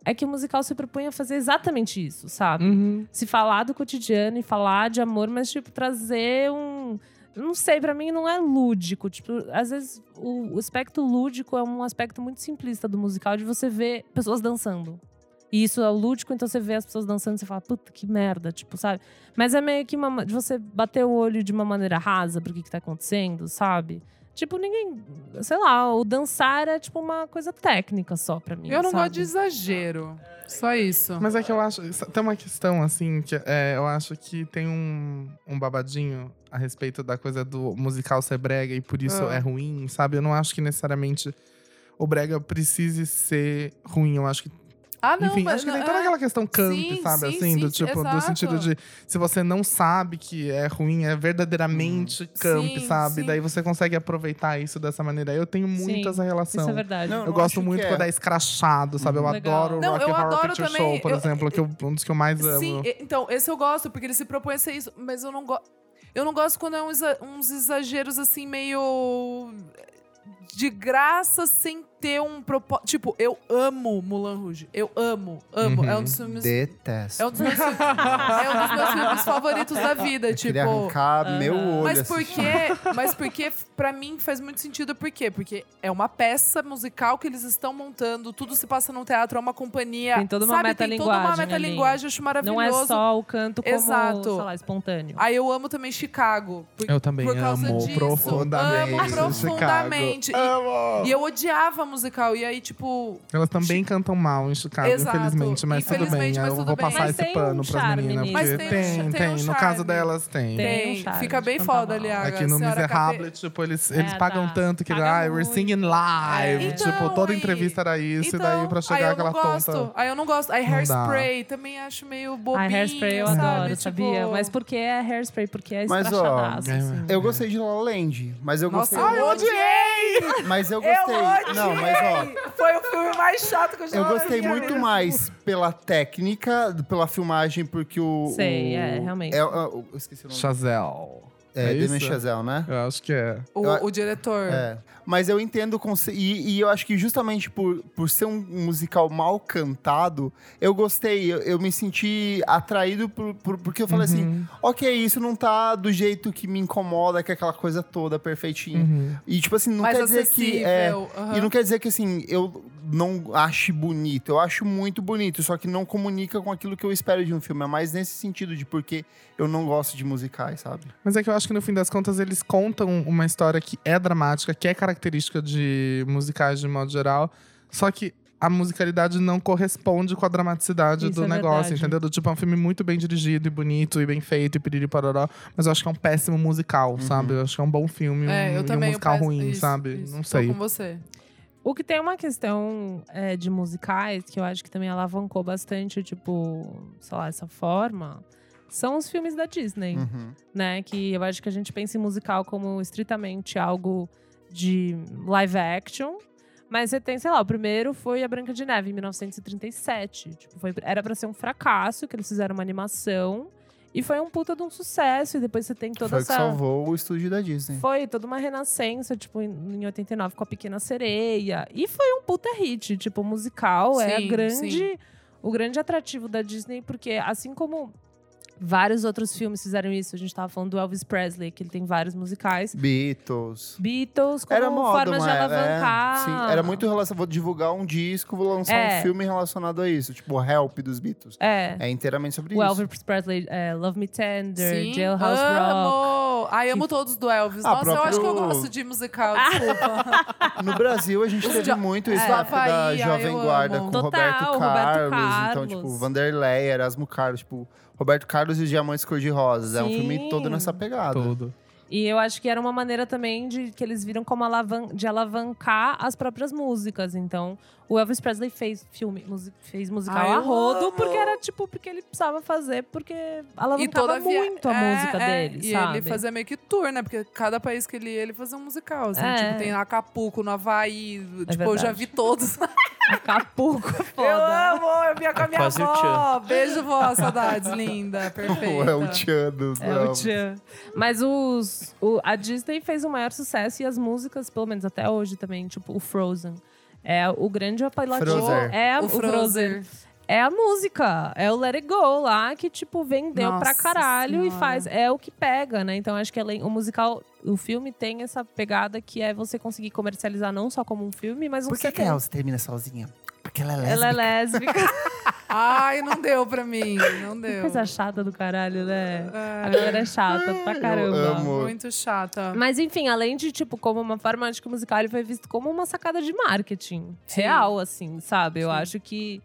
é que o musical se propõe a fazer exatamente isso, sabe? Uhum. se falar do cotidiano e falar de amor, mas, tipo, trazer um. Não sei, pra mim não é lúdico. Tipo, às vezes o, o aspecto lúdico é um aspecto muito simplista do musical de você ver pessoas dançando. E isso é o lúdico, então você vê as pessoas dançando e você fala, puta que merda, tipo, sabe? Mas é meio que uma, ma- de você bater o olho de uma maneira rasa pro que, que tá acontecendo, sabe? Tipo, ninguém. Sei lá, o dançar é tipo uma coisa técnica só pra mim. Eu não sabe? gosto de exagero. Só isso. Mas é que eu acho. Tem uma questão, assim, que é, eu acho que tem um, um babadinho a respeito da coisa do musical ser brega e por isso Ah. é ruim, sabe? Eu não acho que necessariamente o brega precise ser ruim. Eu acho que Ah, não, Enfim, mas. acho que não, tem toda é. aquela questão camp, Sim, sabe? sim, assim, sim, do tipo, exato. do sentido de se você não sabe que é ruim, é verdadeiramente camp, Hum, Sim, sabe? sim. Daí você consegue aproveitar isso dessa maneira. Eu tenho muito Sim, essa Isso relação. é verdade. Não, eu não gosto acho muito que é. quando é escrachado, sabe? Eu Legal. adoro o Não, Rock eu Horror adoro Picture também, Show, por eu- exemplo, que é um dos que eu mais Sim, amo. e- então, esse eu gosto, porque ele se propõe a ser isso. Mas eu não gosto. Eu não gosto quando é um exa- uns exageros assim, meio. de graça sem ter um propósito. Tipo, eu amo Mulan Rouge. Eu amo, amo. É um dos Uhum. filmes. Detesto. É um dos, meus filmes, é um dos meus filmes favoritos da vida. Eu queria tipo. arrancar meu olho. assim. Mas assistindo. porque, mas porque para mim faz muito sentido por quê? Porque é uma peça musical que eles estão montando, tudo se passa num teatro, é uma companhia. Tem toda uma sabe? Tem toda uma metalinguagem ali. metalinguagem, eu acho maravilhoso. Não é só o canto como, Exato. sei lá, espontâneo. Aí eu amo também Chicago. Por, Eu também por causa amo disso. profundamente Amo profundamente. E- Amo! E eu odiava musical. E aí, tipo, Elas também cantam mal em Chicago, Exato. infelizmente, mas Infelizmente, tudo bem. né? mas eu tudo vou bem. passar Mas esse tem pano um pras charme meninas. nisso. Porque Mas tem um tem, cha- tem. tem um no caso charme. delas, Tem tem. tem. um charme fica de bem cantar foda mal. ali. a Aqui É no senhora Miserable, tipo, eles, eles É, pagam dá. tanto que, Paga ai, we're muito. singing live. É. Então, tipo, toda aí- entrevista era isso, Então, e daí pra aí eu chegar aquela não gosto. tonta. Aí eu não gosto. Aí Não Hairspray também acho meio bobinho, Ai, Ah, hairspray eu sabe? adoro, Tipo, sabia? Mas por que é hairspray? Porque é Mas, ó, escrachadaço, é, assim. Eu gostei de La La Land, mas eu Nossa, gostei. eu odiei! Mas Eu eu gostei. odiei! Não, mas ó, Foi o filme mais chato que eu já eu vi na gostei minha é muito assim. vida. mais pela técnica, pela filmagem, porque o. Sei, o- é, realmente. é, eu eu esqueci o nome. Chazelle. É, isso? Damien Chazelle, né? Eu acho que é. O, o diretor. É. Mas eu entendo o conce- e, e eu acho que justamente por, por ser um musical mal cantado, eu gostei. Eu, eu me senti atraído por, por- porque eu falei Uhum. assim, ok, isso não tá do jeito que me incomoda, que é aquela coisa toda perfeitinha. Uhum. E tipo assim, não mais quer dizer que. É, acessível. aham. E não quer dizer que assim, eu não ache bonito. Eu acho muito bonito, só que não comunica com aquilo que eu espero de um filme. É mais nesse sentido de porque eu não gosto de musicais, sabe? Mas é que eu acho que no fim das contas eles contam uma história que é dramática, que é característica de musicais de modo geral, só que a musicalidade não corresponde com a dramaticidade Isso do é negócio, verdade. entendeu? Do Tipo, é um filme muito bem dirigido e bonito e bem feito e piriri pororó, mas eu acho que é um péssimo musical, sabe? Eu acho que é um bom filme um- É, eu e um também. eu musical peço- ruim, isso, sabe? isso. Não Tô sei. com você. O que tem uma questão é, de musicais que eu acho que também alavancou bastante, tipo, sei lá, essa forma, são os filmes da Disney, Uhum. né? Que eu acho que a gente pensa em musical como estritamente algo de live action. Mas você tem, sei lá, o primeiro foi a Branca de Neve, em 1937. Tipo, foi, era pra ser um fracasso, que eles fizeram uma animação. E foi um puta de um sucesso. E depois você tem toda Foi o que essa. salvou o estúdio da É. Disney. Foi toda uma renascença, tipo, em- em 89 com a Pequena Sereia. E foi um puta hit, tipo, musical é a Sim, grande sim. o grande atrativo da Disney, porque assim como vários outros filmes fizeram isso, a gente tava falando do Elvis Presley, que ele tem vários musicais, Beatles. Beatles como Era moda, formas de uma era, é, alavancar. sim, era muito relacionado. Vou divulgar um disco, vou lançar um É. filme relacionado a isso. Tipo, Help dos Beatles. é. É inteiramente sobre O isso. Elvis Presley, é, Love Me Tender, Sim, Jailhouse Rock. amo. Ai, amo todos do Elvis. Ah, Nossa, eu acho que eu próprio- gosto de musical, desculpa. No Brasil, a gente Os teve jo- muito isso é. da, Havaí, da ai, Jovem eu Guarda amo. com Total, Roberto, Roberto Carlos, Então, Carlos. tipo, Vanderlei, Erasmo Carlos. Tipo, Roberto Carlos e os Diamantes Cor-de-Rosa. É um Sim. filme todo nessa pegada. Tudo. E eu acho que era uma maneira também de que eles viram como alavan- de alavancar as próprias músicas. Então, o Elvis Presley fez filme, musi- fez musical Ai, a eu rodo, amo! porque era tipo porque ele precisava fazer, porque E alavancava toda via- muito a É, música é, dele, E sabe? ele fazia meio que tour, né? Porque cada país que ele ia, ele fazia um musical. assim. É. Tipo, tem Acapulco, no Havaí. tipo, eu já verdade. vi todos. Acapulco, Eu foda. amo, eu via com É a minha quase o avó. Beijo, vó, saudades, linda, perfeita. É o Tchan dos É o Tchan. Mas os, o- a Disney fez o maior sucesso e as músicas, pelo menos até hoje também, tipo o Frozen. É o grande apelativo. Frozen. É o Frozen. É a música, é o Let It Go lá, que, tipo, vendeu Nossa pra caralho e Senhora. faz. É o que pega, né? Então acho que além- o musical, o filme tem essa pegada que é você conseguir comercializar não só como um filme, mas um CD. Elsa termina sozinha? Porque ela é Ela é lésbica. Ai, não deu pra mim, não Que deu. coisa chata do caralho, né? A É, galera é chata pra caramba. Ah, amo. muito chata. Mas enfim, além de, tipo, como uma forma de que o musical ele foi visto como uma sacada de marketing Sim. real, assim, sabe? Eu Sim. acho que,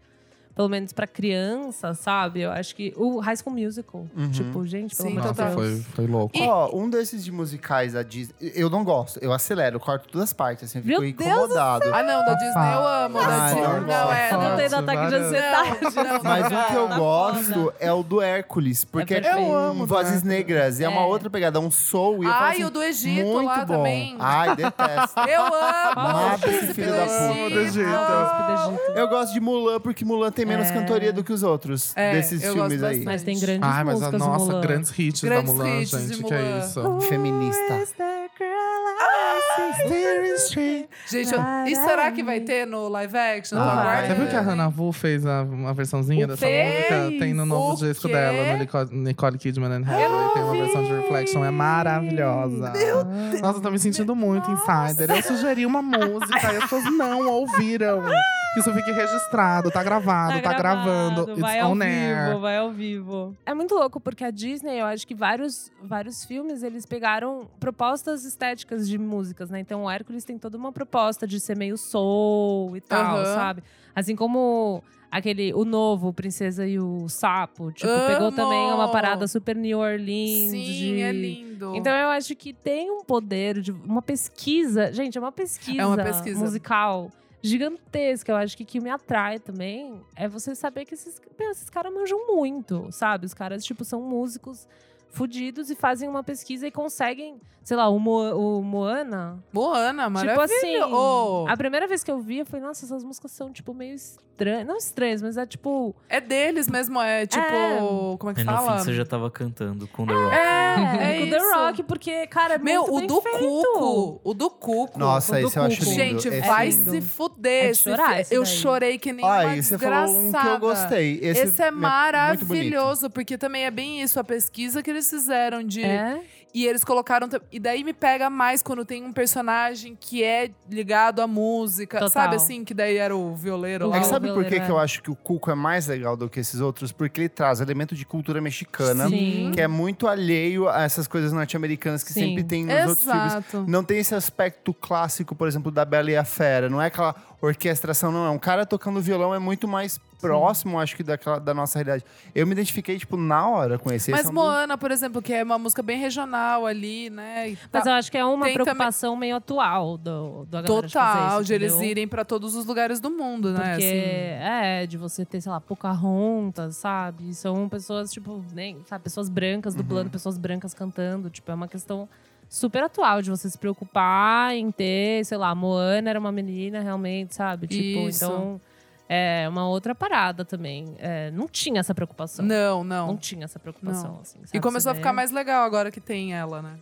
pelo menos pra criança, sabe? Eu acho que o High School Musical, Uhum. tipo, gente, pelo Sim, amor de total. Deus. Nossa, foi, foi louco. Ó, um desses de musicais da Disney. Eu não gosto, eu acelero, eu corto todas as partes, assim, eu Meu fico Deus do incomodado. Ah, não, da Disney eu amo. da Ai, Disney. não Não, é, gosto. Não não. tem ataque de Várias- ansiedade. Não, não, Mas o que eu Tá gosto foda. é o do Hércules, porque é, perfeito. com Eu amo vozes do negras, e é uma É. outra pegada, é um soul. E eu falo Ai, assim, o do Egito muito lá bom. Ah, também. Ai, detesto. Eu amo! Mata esse filho da Príncipe puta. do Egito. Príncipe do Egito. Eu gosto de Mulan, porque Mulan tem menos cantoria do que os outros É, desses eu gosto filmes aí. Mas tem grandes Ai, mas a músicas do nossa, Mulan. grandes hits Grandes da Mulan, hits de Oh, gente. Que é Mulan. isso? Feminista. Is the girl Staring straight. Gente, eu- e será que vai ter no live action? Não Tô vai. aguardando. Você viu que a Hannah Vu fez a, uma versãozinha dessa Fez? música? Tem no novo O disco quê? dela, no Nico- Nicole Kidman and Hathaway. Tem uma versão de Reflection, é maravilhosa. Nossa, eu tô me sentindo muito insider. Eu sugeri uma música e as pessoas não ouviram. Que Isso fique registrado, tá gravado, tá, gravando. It's vai ao on air. vivo, vai ao vivo. É muito louco, porque a Disney, eu acho que vários, vários filmes, eles pegaram propostas estéticas de músicas, né? Então o Hércules tem toda uma proposta de ser meio soul e tal, Aham. sabe? Assim como aquele, o novo, o Princesa e o Sapo. Tipo, pegou Amo! também uma parada super New Orleans. Sim, de- é lindo. Então eu acho que tem um poder de uma pesquisa, gente, é uma pesquisa, É uma pesquisa. musical gigantesca. Eu acho que o que me atrai também é você saber que esses, meu, esses caras manjam muito, sabe? Os caras tipo são músicos fudidos e fazem uma pesquisa e conseguem, sei lá, o, Mo- o Moana. Moana, Tipo maravilhoso. assim, Oh, a primeira vez que eu vi, eu falei, nossa, essas músicas são tipo meio estranhas, não estranhas, mas é tipo, É deles mesmo, é tipo. É. Como é que E no fim fala? assim, você já tava cantando com The Rock. É, é com isso. The Rock, porque cara, é Meu, muito o bem do feito. Cuco. O do Cuco. Nossa, do esse eu acho cuco. lindo. Gente, Esse- vai lindo. se É fuder. de se chorar fu- esse eu daí. chorei que nem uma Ai, você desgraçada. falou um que eu gostei. Esse, Esse, é me- muito bonito. maravilhoso, porque também é bem isso, a pesquisa que eles fizeram de. É. E eles colocaram. tam- E daí me pega mais quando tem um personagem que é ligado à música. Total. Sabe assim? Que daí era o violeiro lá. É Uau, que sabe por que, galera. que eu acho que o Cuco é mais legal do que esses outros? Porque ele traz elemento de cultura mexicana, Sim. que é muito alheio a essas coisas norte-americanas que Sim. sempre tem nos outros filmes. Exato. Não tem esse aspecto clássico, por exemplo, da Bela e a Fera. Não é aquela orquestração, não. É um cara tocando violão, é muito mais próximo, acho que, daquela, da nossa realidade. Eu me identifiquei, tipo, na hora com esse. Mas Esse é um dos- Moana, por exemplo, que é uma música bem regional ali, né? e Mas tal. eu acho que é uma Tem preocupação meio atual do, do galera de fazer Total, isso, de eles entendeu? irem pra todos os lugares do mundo, Porque, né? assim. é, de você ter, sei lá, Pocahontas, sabe? São pessoas, tipo, nem, sabe? Pessoas brancas Uhum. dublando, pessoas brancas cantando. Tipo, é uma questão super atual de você se preocupar em ter, sei lá, Moana era uma menina realmente, sabe? Tipo, Isso. então é uma outra parada também. É, não tinha essa preocupação. Não, Não não. tinha essa preocupação, assim. E sabe? começou a Você ficar vê- mais legal agora que tem ela, né?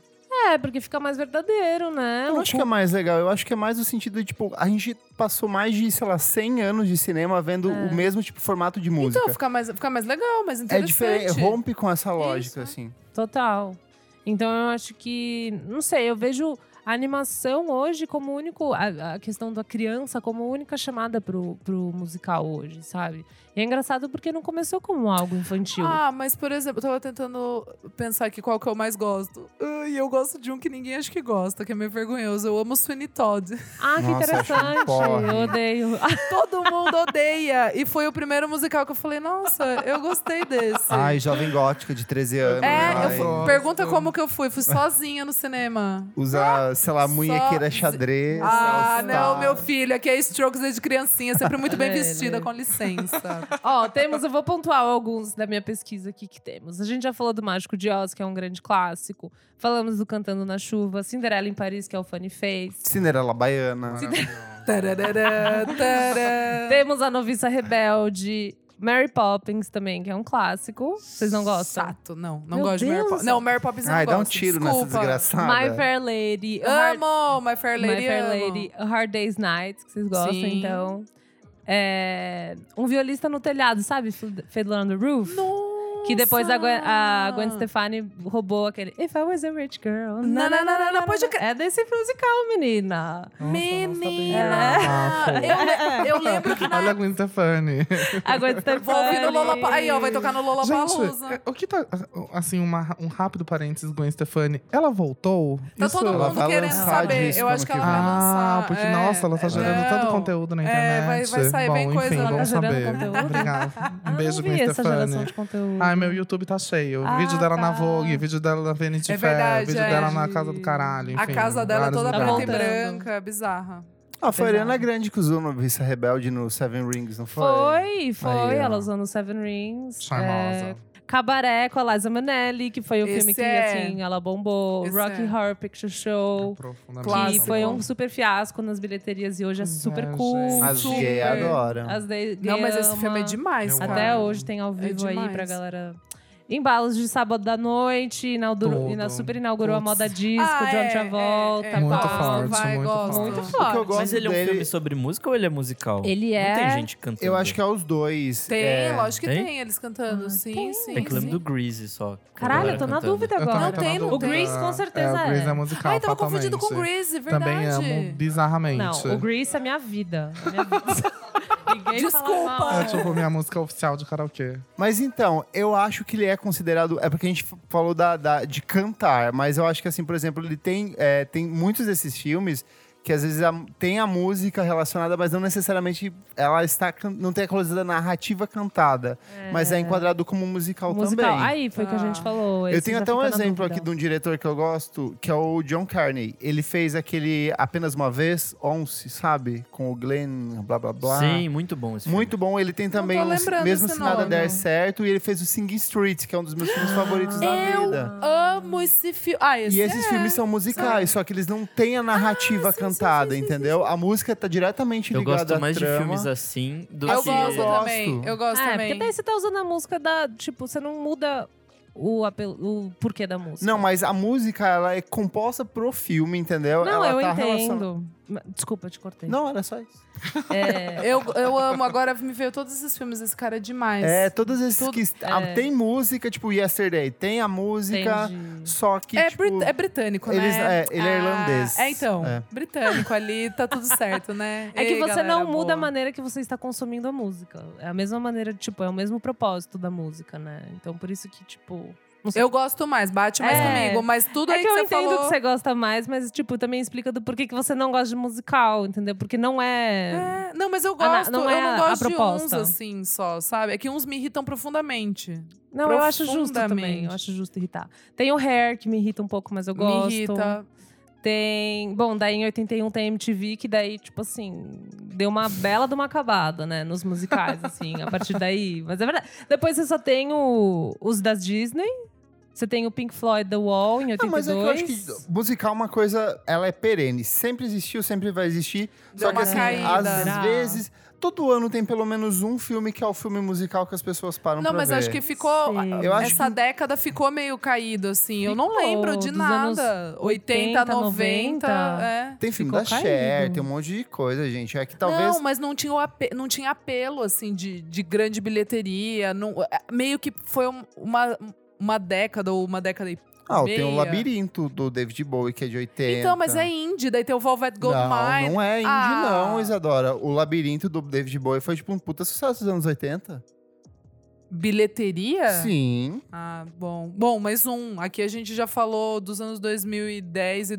É, porque fica mais verdadeiro, né? Eu não acho que é mais legal, eu acho que é mais no sentido de, tipo, a gente passou mais de, sei lá, 100 anos de cinema vendo o mesmo, tipo, formato de música. É. Então, fica mais, fica mais legal, mais é interessante. diferente, rompe com essa lógica, assim. Total. Então eu acho que. Não sei, eu vejo a animação hoje como único. A, a questão da criança como única chamada pro, pro musical hoje, sabe? E é engraçado porque não começou como algo infantil. Ah, mas por exemplo, eu tava tentando pensar aqui qual que eu mais gosto. Ah, E eu gosto de um que ninguém acha que gosta, que é meio vergonhoso. Eu amo Sweeney Todd. Ah, que Nossa, acho um interessante. porre. Eu odeio. Todo mundo odeia. E foi o primeiro musical que eu falei, nossa, eu gostei desse. Ai, jovem gótica de 13 anos. é, eu ai. fui- pergunta como que eu fui. Fui sozinha no cinema. Usar, sei lá, munhequeira xadrez. Ah, all-star. não, meu filho, aqui é Strokes desde criancinha, sempre muito bem É, vestida, né? com licença. Ó, temos, eu vou pontuar alguns da minha pesquisa aqui que temos. A gente já falou do Mágico de Oz, que é um grande clássico. Falamos do Cantando na Chuva, Cinderela em Paris, que é o Funny Face. Cinderela baiana. Tararara, tará. Temos a Noviça Rebelde, Mary Poppins também, que é um clássico. Vocês não gostam? Sato, não, não Meu gosto de Mary Deus. Poppins. Não, Mary Poppins eu não Ai, dá um gosto, tiro nessa desculpa. desgraçada. My Fair Lady. Hard- Amo, My Fair Lady. My Fair amo. Lady, Hard Day's Night, que vocês gostam, Sim. então. É, um violista no telhado, sabe? Fiddler Fiddler on the Roof. Nossa. Que depois a Gwen, a Gwen Stefani roubou aquele If I Was a Rich Girl. Na, na, na, na, na, pode crer. É desse musical, menina. Menina! Eu, eu lembro que Ah, Olha a Gwen Stefani. A Gwen Stefani. vou ouvir no Lola... Aí, ó, vai tocar no Lollapalooza. Gente, o que tá. Assim, uma- um rápido parênteses, Gwen Stefani. Ela voltou? Tá Isso- todo Ela mundo vai querendo lançar saber. disso Eu como acho que que ela vai. vai lançar. Ah, porque É, nossa, ela tá gerando não. tanto conteúdo na internet. É, vai, vai sair Bom, bem coisa. né? enfim, ela bom tá gerando saber. conteúdo. Obrigado. Um beijo, ah, Gwen essa geração Stefani. de conteúdo. Ai, meu YouTube tá cheio. Ah, vídeo dela na tá. Vogue, vídeo dela na Vanity É Fair, verdade, vídeo é. dela na Casa do Caralho, enfim. A casa dela é vários toda lugares. preta e lugares. Tá voltando. branca, é bizarra. Ah, A Floriana Grande que usou no Vista Rebelde no Seven Rings, não foi? Foi, foi. Aí, ó. ela usando Seven Rings. Charmosa. É, Cabaré com a Liza Minnelli, que foi o Esse filme que, é. assim, ela bombou. Esse Rocky é. Horror Picture É um Show. Profundamente. Que Clássico. foi um super fiasco nas bilheterias e hoje é super É, cool. gente. As super. gays adoram. As de- Não, mas esse ama. filme é demais, Eu cara. Até hoje tem ao vivo aí demais. pra galera. Embalos de sábado à noite, inaudur- Tudo. ina- super inaugurou a Putz. moda disco, Ah, é, John Travolta. Ah, é. Muito gosto. forte, muito Muito Muito forte. eu gosto Mas ele é um dele- filme sobre música ou ele é musical? Ele é. Não tem gente cantando. Eu acho que é os dois. Tem, é, lógico que tem? tem, eles cantando. Ah, sim, sim. Tem que lembrar sim. do Greasy só. tá Caralho, eu tô na Cantando. dúvida Eu também agora. Não tô na tem, não dúvida. O Grease, com certeza, É, o Grease é. é musical, Ai, tava confundido com o fatalmente. Grease, é verdade. Também amo bizarramente. Não, o Grease é minha vida. É minha vida. Ah, Ninguém fala Desculpa. mal. Ah, É tipo minha música oficial de karaokê. Mas então, eu acho que ele é considerado. É porque a gente f- falou da, da- de cantar, mas eu acho que, assim, por exemplo, ele tem, é, tem muitos desses filmes que às vezes a- tem a música relacionada, mas não necessariamente ela está. can- Não tem a coisa da narrativa cantada, mas é enquadrado como musical, musical. também. Aí foi o que a gente falou. Eu esse tenho já até um fica na exemplo dúvida. aqui de um diretor que eu gosto, que é o John Carney. Ele fez aquele Apenas Uma Vez, Once, sabe? Com o Glenn, blá blá blá. Sim, muito bom esse filme. Muito bom, ele tem também tô um lembrando Mesmo esse Se Nada nome. Ah, Der Certo, e ele fez o Singing Street, que é um dos meus filmes favoritos da vida. Amo esse filme. Ah, esse E esses é. Ah, filmes são musicais, só que eles não têm a narrativa cantada, entendeu? A música tá diretamente Eu ligada gosto à mais de trama. filmes assim do Eu que... gosto gosto. também. Eu gosto É, também. porque daí você tá usando a música da. Tipo, você não muda o, apelo, o porquê da música. Não, mas a música, ela é composta pro filme, entendeu? Não, ela eu tá relaciona- entendo. Ma- Desculpa, eu te cortei. Não, era só isso. É, Eu, eu amo. Agora me veio todos esses filmes. Esse cara é demais. É, todas esses Tudo- é. que... ah, tem música, tipo Yesterday, tem a música, entendi. só que, É, tipo... brit- é britânico, eles- né? é, ele é irlandês. É, então. É. Britânico ali, tá tudo certo, né? É que Ei, você galera não muda boa. a maneira que você está consumindo a música. É a mesma maneira, tipo, é o mesmo propósito da música, né? Então por isso que, tipo. não sei. Eu gosto mais, bate mais É. comigo. Mas tudo é aí que eu você entendo falou... que você gosta mais, mas, tipo, também explica do porquê que você não gosta de musical, entendeu? Porque não é. É, não, mas eu Ah, na- gosto. não eu é não a- gosto a de uns proposta. assim só, sabe? É que uns me irritam profundamente. não, eu acho justo também. Profundamente. Eu acho justo irritar. Tem o Hair, que me irrita um pouco, mas eu gosto. Me irrita. Tem. Bom, daí em 81 tem a MTV, que daí, tipo assim, deu uma bela de uma acabada, né? Nos musicais, assim, a partir daí. Mas é verdade. Depois você só tem o- os das Disney. Você tem o Pink Floyd The Wall em 82. Não, mas é que eu acho que musical é uma coisa, ela é perene. Sempre existiu, sempre vai existir. Deu só que uma assim, caída. às Será? vezes, todo ano tem pelo menos um filme que é o filme musical que as pessoas param Não, pra mas ver. acho que ficou. Sei. Eu acho essa década ficou meio caído, assim. Eu não Ficou, lembro de dos nada. anos 80, 80, 90. é. tem filme ficou da Cher, caído. tem um monte de coisa, gente. É que talvez Não, mas não tinha, o ape- não tinha apelo, assim, de, de grande bilheteria. não- é, meio que foi um- uma, uma década ou uma década e. Ah, tem o meia. Labirinto do David Bowie, que é de 80. Então, mas é indie. Daí tem o Velvet Não, Goldmine. não é indie, Ah. não, Isadora. O Labirinto do David Bowie foi tipo um puta sucesso dos anos 80. É. Bilheteria? Sim. Ah, bom. Bom, mais um. Aqui a gente já falou dos anos 2010 e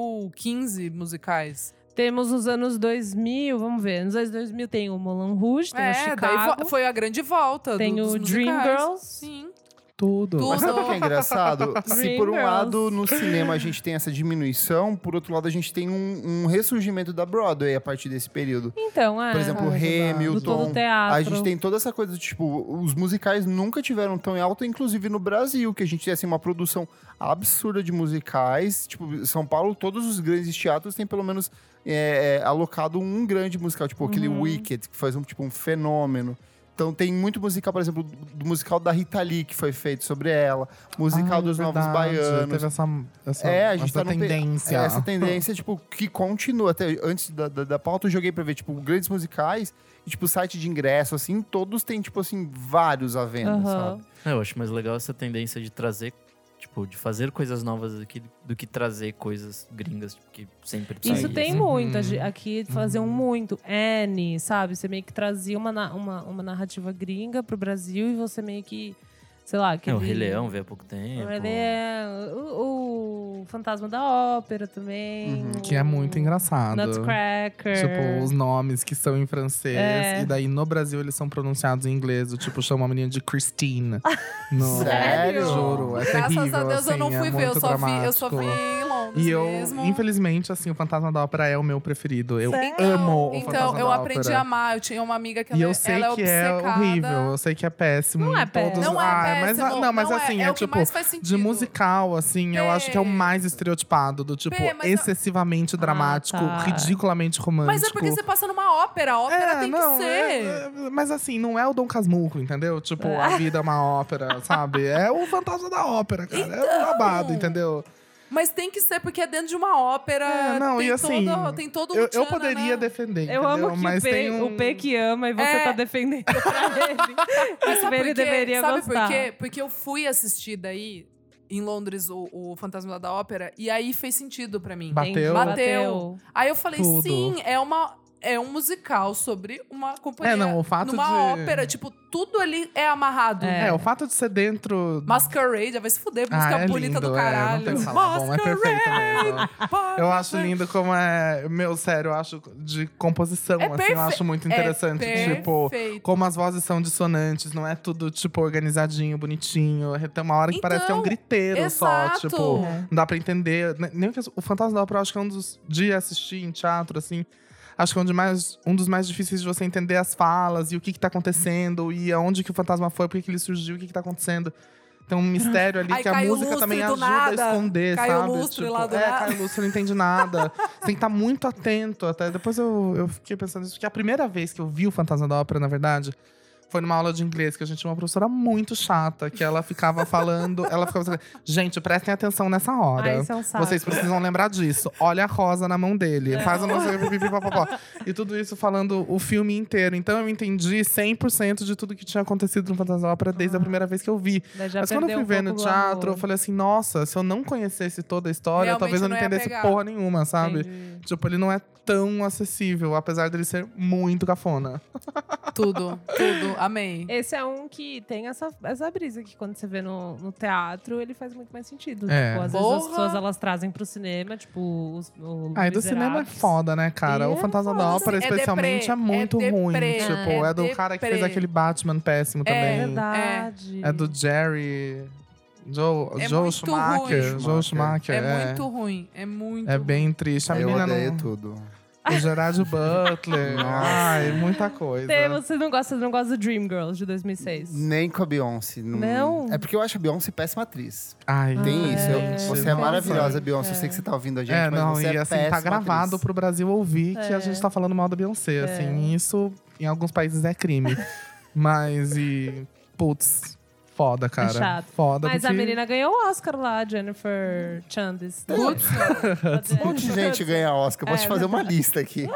2015 musicais. Temos os anos 2000, vamos ver. Nos anos 2000 tem o Moulin Rouge, tem o É, daí Chicago. fo- foi a grande volta. Tem do, dos o musicais. Dreamgirls. Sim. Tudo. Tudo. Mas sabe o que é engraçado? Se por um Dreamgirls. lado no cinema a gente tem essa diminuição, por outro lado a gente tem um, um ressurgimento da Broadway a partir desse período. Então, é. Por exemplo, é verdade. Do todo Hamilton. o teatro. A gente tem toda essa coisa do tipo, os musicais nunca tiveram tão em alta, inclusive no Brasil, que a gente tem assim, uma produção absurda de musicais. Tipo, São Paulo, todos os grandes teatros têm pelo menos é, é, alocado um grande musical, tipo aquele Uhum. Wicked, que faz um, tipo, um fenômeno. Então tem muito musical, por exemplo, do do musical da Rita Lee, que foi feito sobre ela, musical Ah, Ai, é é dos Novos verdade, Baianos. Teve essa, essa, É, a gente tá essa num pe- tendência. Essa tendência, tipo, que continua. Até antes da, da, da pauta, eu joguei pra ver, tipo, grandes musicais e, tipo, site de ingresso, assim, todos têm, tipo, assim, vários à venda, Aham. sabe? É, Eu acho mais legal essa tendência de trazer, tipo, de fazer coisas novas do que, do que trazer coisas gringas, tipo, que sempre Isso saía, tem assim. muito. Uhum. agi- Aqui faziam Uhum. muito. Annie, sabe? Você meio que trazia uma, na- uma, uma narrativa gringa pro Brasil e você meio que, sei lá, É, aquele... o Rei Leão veio há pouco O tempo. Rei Leão, o, o Fantasma da Ópera também. Uhum. Que é muito o engraçado. Nutcracker. Tipo, os nomes que são em francês. É. E daí no Brasil eles são pronunciados em inglês. do Tipo, chama a menina de Christine. No- Sério? Juro, é Graças terrível, a Deus eu assim, não é fui ver, eu muito só, vi, eu só vi dramático. em bônus E eu, mesmo. infelizmente, assim, o Fantasma da Ópera é o meu preferido. Eu É. Então- amo o Então, Fantasma eu da aprendi Ópera. a amar. Eu tinha uma amiga que E ela, eu sei ela é que é obcecada. horrível, eu sei que é péssimo. Não em é péssimo. todos... Não é ah, mas, péssimo. não, mas assim, é, é, é o que tipo, mais faz de sentido. musical, assim, eu acho que é o É. mais estereotipado, do tipo, Pê, mas eu- Ah, excessivamente dramático, tá. ridiculamente romântico. Mas é porque você passa numa ópera. A ópera tipo, É, tem não, que é, ser. é, mas assim, não é o Dom Casmurro, entendeu? Tipo, a vida é uma ópera, sabe? É o fantasma da ópera, cara. É um Então! babado, entendeu? Mas tem que ser porque é dentro de uma ópera. É, não, tem e assim, Todo, tem todo um Eu, eu tchan, poderia né? defender, entendeu? Eu amo que mas o, P, tem um... o P que ama e você É. tá defendendo pra ele. Mas sabe ele por quê? deveria sabe gostar. por quê? Porque eu fui assistir daí, em Londres, o, o Fantasma da Ópera, e aí fez sentido pra mim. Bateu? Bateu. Aí eu falei, Tudo. sim, é uma. É um musical sobre uma companhia. É, não, o fato numa de- ópera, tipo, tudo ali é amarrado. É, o fato de ser dentro... Masquerade, vai se fuder, Ah, música é bonita lindo, do É, não caralho. tem o que falar. Bom, é perfeito mesmo. Eu Ah, acho lindo como é... Meu, sério, eu acho de composição, É assim. Eu perfe- acho muito interessante. tipo, perfeito. como as vozes são dissonantes. Não é tudo, tipo, organizadinho, bonitinho. Tem uma hora que parece que é um Então, griteiro só. Exato. Tipo, Não dá pra entender. Ne- Nem o, que- o Fantasma da Ópera, eu acho que é um dos de assistir em teatro, assim. Acho que é um, de mais, um dos mais difíceis de você entender as falas e o que, que tá acontecendo e aonde que o fantasma foi, por que que ele surgiu, o que, que tá acontecendo. Tem um mistério ali Aí que a cai o música lustre também do ajuda a nada. esconder, Cai o sabe? lustre tipo, lá do é, nada. cai o lustre, não entende nada. Você tem que estar muito atento. Até depois eu, eu fiquei pensando nisso, porque a primeira vez que eu vi o Fantasma da Ópera, na verdade, foi numa aula de inglês que a gente tinha uma professora muito chata, que ela ficava falando, ela ficava falando, gente, prestem atenção nessa hora. Ah, isso é um saco. Vocês precisam lembrar disso. Olha a rosa na mão É. dele. Faz o nosso. pipipipopopó. E tudo isso falando o filme inteiro. Então eu entendi 100% de tudo que tinha acontecido no Fantasma da Ópera desde a primeira vez que eu vi. Daí Ah. já Mas quando eu perdeu fui um ver no pouco do teatro, eu amor. falei assim: nossa, se eu não conhecesse toda a história, Realmente talvez eu não não ia entendesse pegar. porra nenhuma, sabe? Entendi. Tipo, ele não é tão acessível, apesar dele ser muito cafona. Tudo, tudo. Amei. Esse é um que tem essa, essa brisa que quando você vê no, no teatro, ele faz muito mais sentido. É. Tipo, às vezes as Porra! pessoas elas trazem pro cinema, tipo, os, o Aí do Miseráveis. cinema é foda, né, cara? E o é Fantasma da foda, Ópera, assim, é especialmente, deprê, é muito é ruim. deprê. Tipo, é, É do cara que fez deprê. aquele Batman péssimo É também. verdade. né? É do Jerry. Joe, É Joe muito Schumacher. ruim. Joe Schumacher. É, É, muito ruim. É muito É ruim. bem triste. A Eu menina odeio não. tudo. O Gerard Butler. Nossa. Ai, muita coisa. Tem, você não gosta, você não gosta do Dreamgirls de 2006. Nem com a Beyoncé. Não... Não? É porque eu acho a Beyoncé péssima atriz. Ai, Tem Ah, isso. eu- é. Você é nossa. maravilhosa, Beyoncé. Eu sei que você tá ouvindo a gente, É, mas não, você e é assim, tá péssima gravado atriz. pro Brasil ouvir que a É. gente tá falando mal da Beyoncé, assim. e Isso, em alguns países, é crime. Mas, e... Putz, foda, cara. É chato. Foda, Mas a porque- menina ganhou o Oscar lá, Jennifer Chandes. Um monte de gente ganha Oscar. É. Posso te fazer uma lista aqui.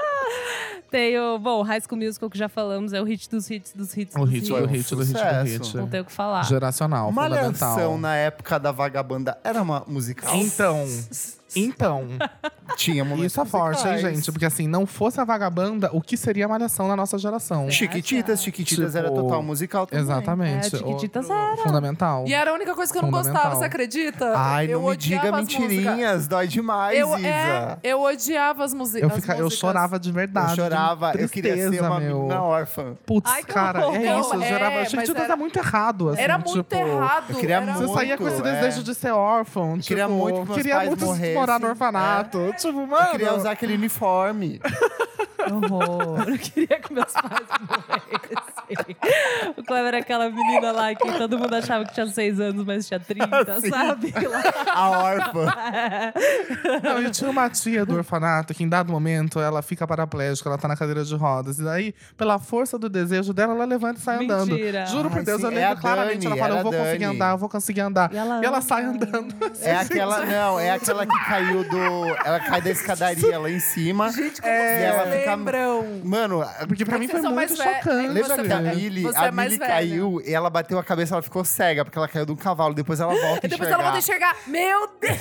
Tem o, bom, High School Musical que já falamos, é o hit dos hits dos hits O dos hit, Foi do um hits. hit, do hit, do hit. sucesso. né? Não tem o que falar. Geracional, Malhação Ah, fundamental. na época da vagabanda era uma musical? Então, então, Tinha momentos isso é forte, hein, musicais. gente? Porque assim, não fosse a vagabanda, o que seria a malhação na nossa geração? É. Sim. Chiquititas, Chiquititas Tipo, era total musical também. Exatamente. É, Chiquititas Outro- Fundamental. E era a única coisa que eu não gostava, Fundamental. você acredita? Ai, eu não me odiava diga as músicas. mentirinhas, dói demais, Eu, Isa. é, eu odiava as, musi Eu, as fica, eu músicas. chorava de Eu verdade. de chorava, eu tristeza, queria ser uma meu. menina órfã. Putz, Ai, que cara, horror. é isso. Eu Não, gerava. é, Gente, mas tudo era- era muito errado. Assim, Era muito tipo, errado. eu queria era Você muito. saía com esse é. desejo de ser órfão. Tipo, Queria muito que meus queria pais muito morressem. É. morar no orfanato. Tipo, mano. Eu queria usar aquele uniforme. Que horror. Eu queria que meus pais morressem. O Cleber era aquela menina lá que todo mundo achava que tinha 6 anos, mas tinha 30, Ah, Sim. sabe? Lá. A órfã. Não, e tinha uma tia do orfanato que, em dado momento, ela fica paraplégica, ela tá na cadeira de rodas. E daí, pela força do desejo dela, ela levanta e sai Mentira. andando. Juro por Ai, Deus, sim, eu é lembro a claramente. Dani, ela fala: era Eu vou a conseguir Dani. andar, eu vou conseguir andar. E ela anda. sai andando. É aquela, não, é aquela que caiu do. Ela cai da escadaria lá em cima. Gente, Como vocês ela fica. lembram? É Mano, Porque pra mim foi Vocês são muito assim. mais velhos. chocante. lembra Você que a é- Millie, você a é mais Millie velho. caiu e ela bateu a cabeça, ela ficou cega, porque ela caiu de um cavalo. Depois ela E volta a depois enxergar. ela volta a enxergar. Meu Deus!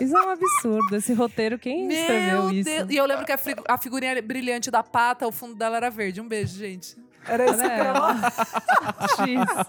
Isso é um absurdo. Esse roteiro, quem escreveu Meu isso? Deus! E eu lembro que a, fri- a figurinha brilhante da pata, o fundo dela era verde. Um beijo, gente. Era isso Né? que era lá. X.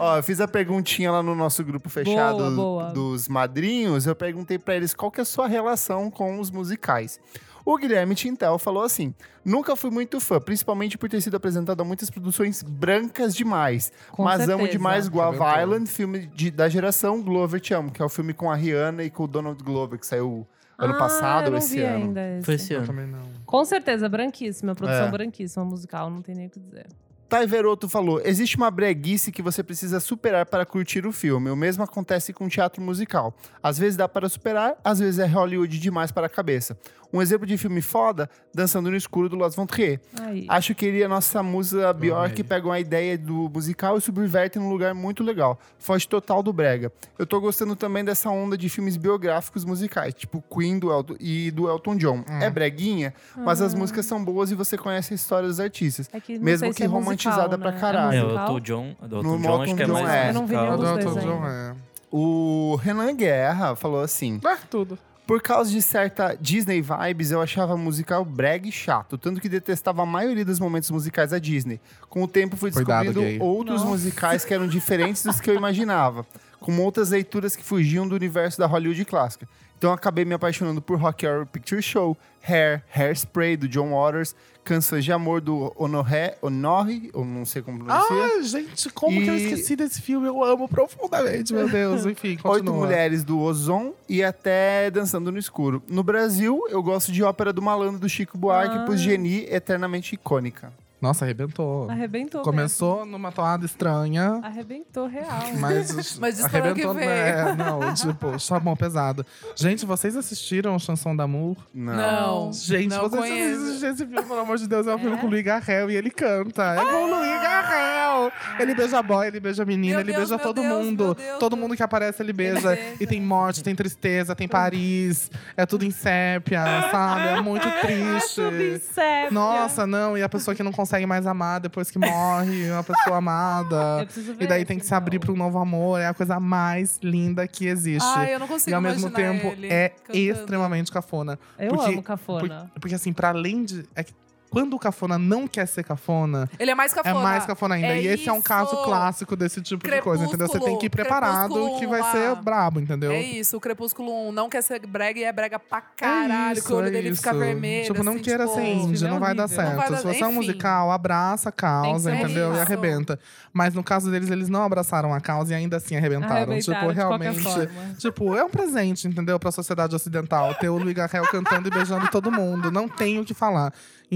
Ó, eu fiz a perguntinha lá no nosso grupo fechado Boa, boa. dos madrinhos. Eu perguntei pra eles qual que é a sua relação com os musicais. O Guilherme Tintel falou assim: nunca fui muito fã, principalmente por ter sido apresentado a muitas produções brancas demais. Com mas é um amo certeza. demais Guava Também tô. Island, filme de- da geração Glover Te Amo, que é o filme com a Rihanna e com o Donald Glover, que saiu ano Ah, passado eu ou não esse vi ano. ainda esse. Foi esse Eu ano. também não. Com certeza, branquíssima. Produção É. branquíssima musical, não tem nem o que dizer. Taiveroto falou: existe uma breguice que você precisa superar para curtir o filme. O mesmo acontece com teatro musical. Às vezes dá para superar, às vezes é Hollywood demais para a cabeça. Um exemplo de filme foda, Dançando no Escuro do Lars von Trier. Aí. Acho que ele e a nossa musa Bjork amei. pegam a ideia do musical e subvertem num lugar muito legal. Foge total do brega. Eu tô gostando também dessa onda de filmes biográficos musicais, tipo Queen do Elton, e do Elton John. É breguinha, mas as músicas são boas e você conhece a história dos artistas. É que não mesmo sei que se é musical, romantizada né? pra É caralho. É, musical? o Elton John. O No Elton John acho que é Elton mais John, é. Eu não vi musical. A do nenhum dos Elton dois John ainda. é. O Renan Guerra falou assim: Ah, tudo. Por causa de certa Disney vibes, eu achava musical brega e chato, tanto que detestava a maioria dos momentos musicais da Disney. Com o tempo, fui Cuidado, descobrindo gay. outros Nossa. musicais que eram diferentes dos que eu imaginava, com outras leituras que fugiam do universo da Hollywood clássica. Então, eu acabei me apaixonando por Rock Horror Picture Show, Hair, Hairspray, do John Waters, Canções de Amor, do Honoré, Honore, eu não sei como pronuncia. Ah, gente, como que eu E- esqueci desse filme? Eu amo profundamente, meu Deus. Enfim, continua. Oito Mulheres do Ozon e até Dançando no Escuro. No Brasil, eu gosto de Ópera do Malandro do Chico Buarque Ah. por Geni eternamente icônica. Nossa, arrebentou. Arrebentou. Começou numa toada estranha. mesmo. Arrebentou real. Mas, Mas isso foi o que arrebentou, veio. né? Não, tipo, chamou pesado. Gente, vocês assistiram Chanson d'Amour? Não. Não, Gente, não vocês conheço. precisam assistir esse filme, pelo amor de Deus. É É? um filme com o Luiz Garrel e ele canta. É com o Luiz Garrel! Ele beija boy, ele beija menina, Meu ele Deus, beija meu todo Deus, meu mundo. Deus. Todo mundo que aparece, ele beija. beija. E tem morte, tem tristeza, tem Paris. É tudo em sépia, sabe? É muito triste. Tudo em sépia. é Nossa, não. E a pessoa que não consegue mais amar depois que morre, é uma pessoa amada. Eu preciso ver E daí esse, tem que se abrir então. para um novo amor. É a coisa mais linda que existe. Ai, eu não consigo e ao mesmo imaginar tempo ele é cantando. extremamente cafona. Eu Porque- amo cafona. Por- Porque assim, pra além de. é que quando o cafona não quer ser cafona, Ele é mais cafona. é mais cafona ainda. É e esse é um isso. caso clássico desse tipo de coisa, entendeu? Você tem que ir preparado Crepúsculo, que vai ah. ser brabo, entendeu? É isso, o Crepúsculo 1 não quer ser brega e é brega pra caralho, isso, que o olho é dele fica isso. vermelho. Tipo, não assim, queira tipo, ser Esse índia, filme é não vai dar horrível. certo. Não vai Se dar- você é um enfim. musical, abraça a causa, Tem que ser entendeu? E isso. arrebenta. Mas no caso deles, eles não abraçaram a causa e ainda assim arrebentaram. Arrebentaram Tipo, de qualquer realmente. forma. Tipo, é um presente, entendeu? Pra sociedade ocidental. Ter o Luiz Garrel cantando e beijando todo mundo. Não tenho o que falar,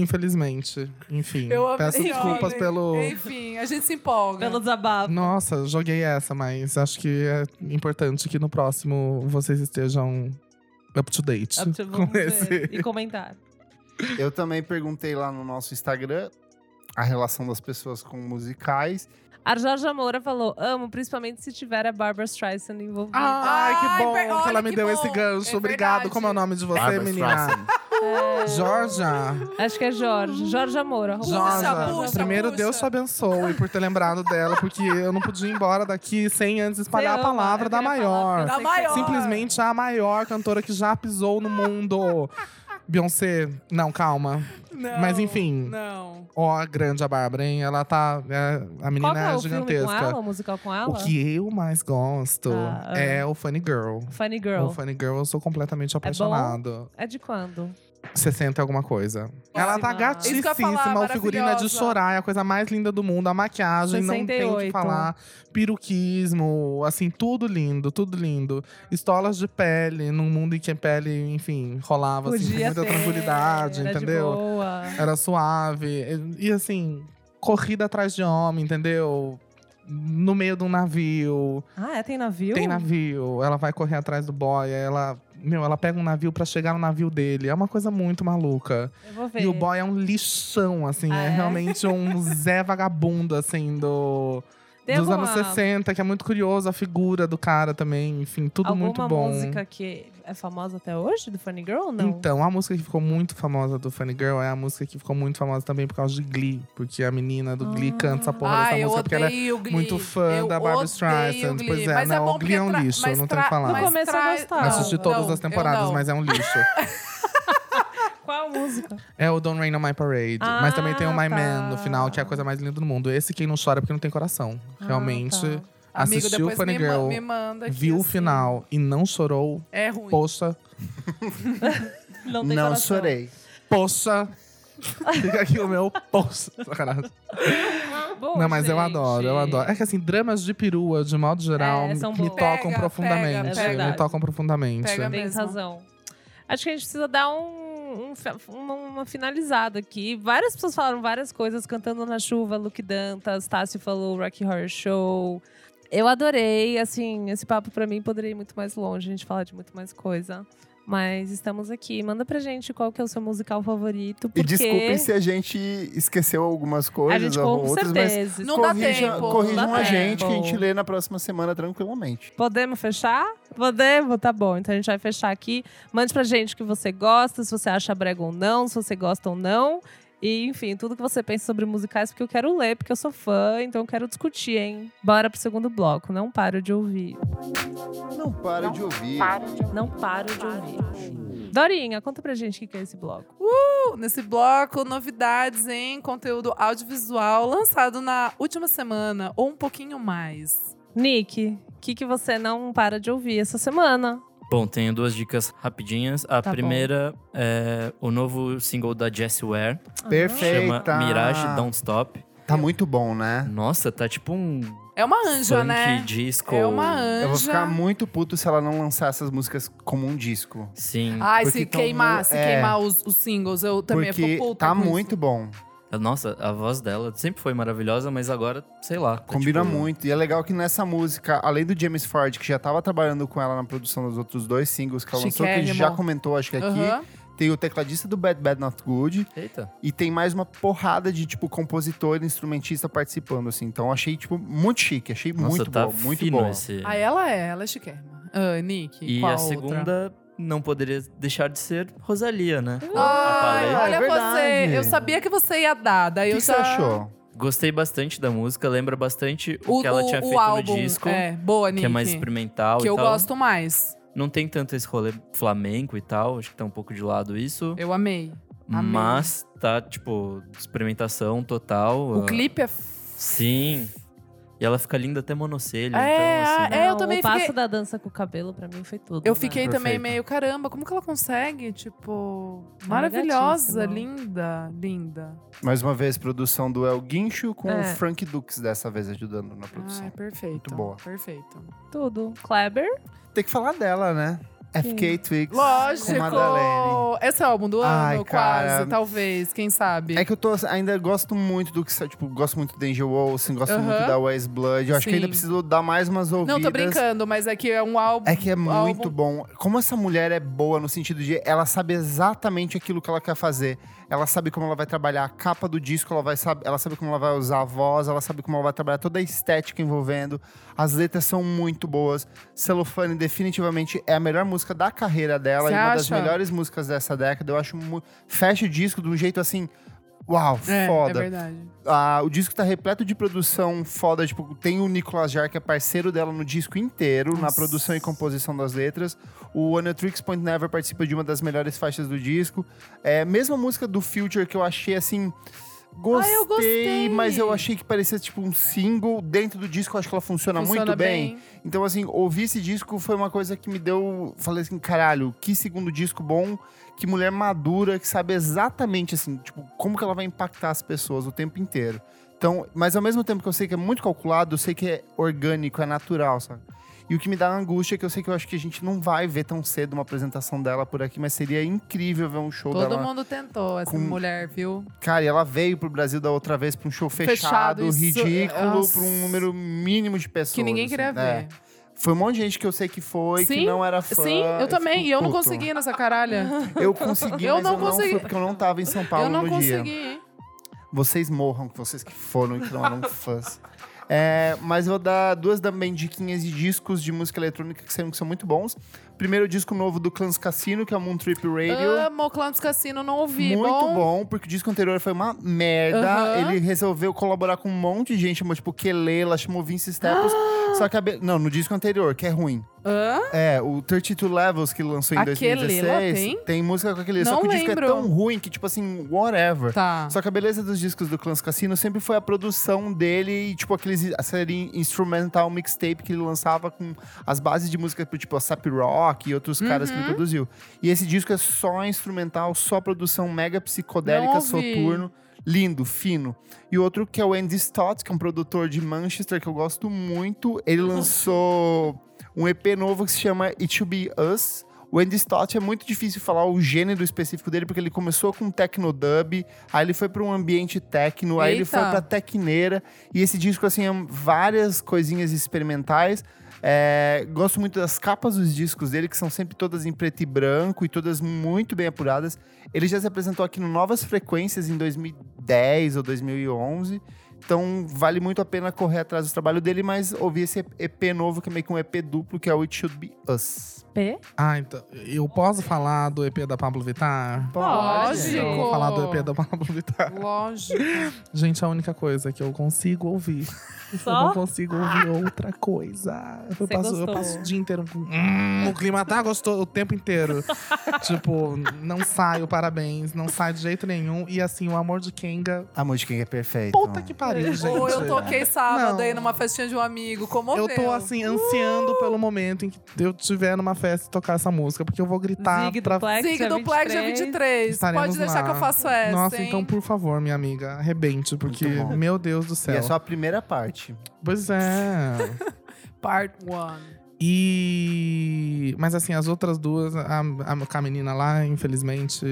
infelizmente. Enfim, Eu amei, peço desculpas olha. pelo. Enfim, a gente se empolga. Pelo desabafo. Nossa, joguei essa, mas acho que é importante que no próximo vocês estejam up to date. Up to- com vamos ver. esse. E comentar. Eu também perguntei lá no nosso Instagram a relação das pessoas com musicais. A Jorge Moura falou: amo, principalmente se tiver a Barbara Streisand envolvida. Ai, Ai, que bom per- que olha ela me que deu bom. esse gancho. É Obrigado. verdade. Como é o nome de você, Barbra menina? Streisand. Georgia. Acho que é Jorge. Jorge Moura. arroba Georgia. puxa, Primeiro, puxa. Deus te abençoe por ter lembrado dela, porque eu não podia ir embora daqui sem antes espalhar Você a ama, palavra eu da queria falar, maior. porque eu Da sei que você- maior. Simplesmente a maior cantora que já pisou no mundo. Beyoncé, não, calma. Não, Mas enfim. Não. Ó, a grande a Bárbara, hein? Ela tá. é- a menina Qual que é é o filme com ela? gigantesca. O musical com O ela? que eu mais gosto Ah, ah. é o Funny Girl. Funny O Girl. Funny Girl, eu sou completamente apaixonado. É de quando? Tipo 60 e alguma coisa. Ela tá Ótima. Isso que eu ia gatíssima, falar, o figurino é de maravilhosa. chorar, é a coisa mais linda do mundo. A maquiagem, não tem o 68. que falar. Peruquismo, assim, tudo lindo, tudo lindo. Estolas de pele, num mundo em que a pele, enfim, rolava assim, com Podia muita ter, tranquilidade, era de entendeu? boa. Era suave. E assim, corrida atrás de homem, entendeu? No meio de um navio. Ah, é? Tem navio? Tem navio, ela vai correr atrás do boy, aí ela, meu, ela pega um navio pra chegar no navio dele. É uma coisa muito maluca. Eu vou ver. E o boy é um lixão, assim, Ah, é, é? realmente um Zé vagabundo, assim, do, Tem dos alguma- anos 60, que é muito curioso a figura do cara também, enfim, tudo Alguma muito bom. música que é famosa até hoje do Funny Girl? Não. Então, a música que ficou muito famosa do Funny Girl é a música que ficou muito famosa também por causa de Glee, porque a menina do Glee Ah. canta essa porra Ai, dessa eu música, porque ela é odeio o Glee. muito fã Eu da Barbra odeio Streisand. o Glee. Pois é, mas não, bom o Glee é um porque tra- lixo, mas não tem o que tra- falar. mas No começo eu tra- gostava. assisti todas não, as temporadas, eu não. mas é um lixo. Qual música? É o Don't Rain on My Parade. mas também tem o Ah, My tá. Man no final, que é a coisa mais linda do mundo. Esse quem não chora é porque não tem coração. Realmente, Ah, tá. Amigo, assistiu o depois Funny me, Girl, ma- me manda aqui, viu o assim. final e não chorou, É ruim. poxa. Não tem Não coração. chorei. Poxa! Fica aqui o meu poxa. Sacanagem. Bom, Não, mas eu gente. adoro, eu adoro. É que assim, dramas de perua, de modo geral, É, são me boas. tocam Pega, profundamente. pega, É verdade. me tocam profundamente. Pega Tem mesmo. razão. Acho que a gente precisa dar um, um fi- uma, uma finalizada aqui. Várias pessoas falaram várias coisas, cantando na chuva, Luke Dantas, Tássio falou Rocky Horror Show. Eu adorei, assim, esse papo pra mim poderia ir muito mais longe, a gente falar de muito mais coisa. Mas estamos aqui. Manda pra gente qual que é o seu musical favorito. Porque E desculpem se a gente esqueceu algumas a coisas gente ou com outras, mas certeza. Não dá corrijam- tempo, corrijam não dá a gente que a gente tempo. lê na próxima semana tranquilamente. Podemos fechar? Podemos, tá bom. Então a gente vai fechar aqui. Mande pra gente o que você gosta, se você acha brega ou não, se você gosta ou não. E, enfim, tudo que você pensa sobre musicais, porque eu quero ler, porque eu sou fã, então eu quero discutir, hein? Bora pro segundo bloco. Não paro de ouvir. Não para de ouvir. Não paro de ouvir. Dorinha, conta pra gente o que que é esse bloco. Nesse bloco, novidades em conteúdo audiovisual lançado na última semana, ou um pouquinho mais. Nick, o que, que você não para de ouvir essa semana? Bom, tenho duas dicas rapidinhas. A Tá bom. primeira é o novo single da Jessie Ware, chama Perfeita. Mirage Don't Stop. Tá muito bom, né? Nossa, tá tipo um É uma anja, funk né? disco. É uma anja. Eu vou ficar muito puto se ela não lançar essas músicas como um disco. Sim. Ai, porque se tão- queimar, se é. queimar os, os singles, eu também porque fico puta. tá com isso. muito bom. Nossa, a voz dela sempre foi maravilhosa, mas agora, sei lá. tá Combina tipo- muito. E é legal que nessa música, além do James Ford, que já tava trabalhando com ela na produção dos outros dois singles que ela lançou, que a gente Chiquérrimo. já comentou, acho que aqui, Aham. tem o tecladista do Bad Bad Not Good Eita. e tem mais uma porrada de, tipo, compositor e instrumentista participando, assim. Então achei, tipo, muito chique. Achei Nossa, muito tá bom, muito fino bom. esse. Ah, ela é, ela é chiquérrima. Ah, Nick, E qual a outra? segunda não poderia deixar de ser Rosalia, né? Ai, Aparece. olha É verdade. você. Eu sabia que você ia dar, daí O que eu que você já- achou? Gostei bastante da música, lembra bastante o, que ela tinha feito álbum, no disco, É, boa, Nick. que é mais experimental que e eu tal. gosto mais. Não tem tanto esse rolê flamenco e tal, acho que tá um pouco de lado isso, Eu amei. amei. mas tá tipo experimentação total. O ah, clipe é. f- Sim. E ela fica linda até monocelho, É, então assim. é, eu Ah, Não, também o passo fiquei- da dança com o cabelo, pra mim, foi tudo. Eu né? fiquei também Perfeito. meio, caramba, como que ela consegue? Tipo, é maravilhosa, gatíssima. linda, linda. Mais uma vez, produção do El Guincho com É. o Frank Dux dessa vez ajudando na produção. Ai, perfeito. Muito boa. Perfeito. Tudo. Kleber? Tem que falar dela, né? FK Twigs. Com Madalene. Lógico! Esse é o álbum do Ai, ano, cara. quase, talvez, quem sabe. É que eu tô, ainda gosto muito do que, sa- tipo, gosto muito do Angel Olsen, gosto Aham. muito da Wes Blood. Eu acho que Sim. ainda preciso dar mais umas ouvidas. Não, tô brincando, mas é que é um álbum. É que é muito álbum. bom. Como essa mulher é boa no sentido de ela sabe exatamente aquilo que ela quer fazer. Ela sabe como ela vai trabalhar a capa do disco, ela, vai sab... ela sabe como ela vai usar a voz, ela sabe como ela vai trabalhar toda a estética envolvendo. As letras são muito boas. Celofane definitivamente é a melhor música da carreira dela Você e uma das acha? melhores músicas dessa década. Eu acho muito. Fecha o disco de um jeito assim. Uau, É, foda. é verdade. Ah, o disco tá repleto de produção foda. Tipo, tem o Nicolas Jar, que é parceiro dela no disco inteiro, na Nossa. produção e composição das letras. O Anatrix Point Never participa de uma das melhores faixas do disco. É, mesma música do Future que eu achei assim. Gostei, Ah, eu gostei. mas eu achei que parecia tipo um single. Dentro do disco, eu acho que ela funciona, Funciona muito bem. Então, assim, ouvir esse disco foi uma coisa que me deu. Falei assim, caralho, que segundo disco bom, que mulher madura, que sabe exatamente, assim, tipo, como que ela vai impactar as pessoas o tempo inteiro. Então, mas ao mesmo tempo que eu sei que é muito calculado, eu sei que é orgânico, é natural, sabe? E o que me dá angústia é que eu sei que eu acho que a gente não vai ver tão cedo uma apresentação dela por aqui, mas seria incrível ver um show Todo dela. mundo tentou essa com- mulher, viu? Cara, e ela veio pro Brasil da outra vez pra um show Fechado, fechado, isso- ridículo, Nossa. pra um número mínimo de pessoas. Que ninguém queria assim, é. ver. Foi um monte de gente que eu sei que foi, Sim, que não era fã. Sim, eu também. E eu não fico puto. consegui nessa caralha. Eu consegui, Eu mas não eu não consegui. fui, porque eu não tava em São Paulo Eu não no dia. consegui, hein? Vocês morram, que vocês que foram e que não eram fãs. É, mas eu vou dar duas também diquinhas de discos de música eletrônica que são, que são muito bons. Primeiro, o disco novo do Clans Cassino, que é o Moon Trip Radio. Amo Clantos Cassino, não ouvi. Muito bom. bom. porque o disco anterior foi uma merda. Aham. Ele resolveu colaborar com um monte de gente, chamou tipo Kelela, chamou Vince Staples. Ah! Só que a Be- Não, no disco anterior, que é ruim. Hã? É, o 32 Levels que lançou em Aquele lá 2016. tem? música com aquele. Não só que o disco lembro. é tão ruim que, tipo assim, whatever. Tá. Só que a beleza dos discos do Clans Cassino sempre foi a produção dele e, tipo, aqueles, a série instrumental mixtape que ele lançava com as bases de música, tipo, a Sap Rock e outros caras que ele Uhum. produziu. E esse disco é só instrumental, só produção mega psicodélica, Não ouvi. soturno. Lindo, fino. E outro que é o Andy Stott, que é um produtor de Manchester que eu gosto muito. Ele lançou um EP novo que se chama It Should Be Us. O Andy Stott é muito difícil falar o gênero específico dele, porque ele começou com technodub, aí ele foi para um ambiente techno, aí ele Eita. foi pra tecneira. E esse disco, assim, é várias coisinhas experimentais. É, gosto muito das capas dos discos dele, que são sempre todas em preto e branco e todas muito bem apuradas. Ele já se apresentou aqui no Novas Frequências em 2010 ou 2011. Então vale muito a pena correr atrás do trabalho dele, mas ouvir esse EP novo, que é meio que um EP duplo, que é o It Should Be Us. P? Ah, então. Eu posso falar do EP da Pablo Vittar? Lógico. Eu vou falar do EP da Pablo Vittar. Lógico. Gente, a única coisa que eu consigo ouvir. Eu Só? não consigo ouvir outra coisa. Eu Você passo, eu gostou. passo o dia inteiro com. Hum, o clima tá gostoso o tempo inteiro. tipo, não saio, parabéns. Não sai de jeito nenhum. E assim, o amor de Kenga. Amor de quem é perfeito. Puta que pariu, gente. Ou eu toquei sábado Não. aí numa festinha de um amigo, como Eu tô assim, ansiando pelo momento em que eu estiver numa festa e tocar essa música, porque eu vou gritar Zig Tá pra. Duplex, Zig é dia do Plex dia 23. 23. Estaremos Pode deixar lá. que eu faço essa, Nossa, hein? então, por favor, minha amiga, arrebente, porque, Muito bom. meu Deus do E céu. é só a primeira parte. Pois é. Part 1. E. Mas assim, as outras duas, a, a, com a menina lá, infelizmente.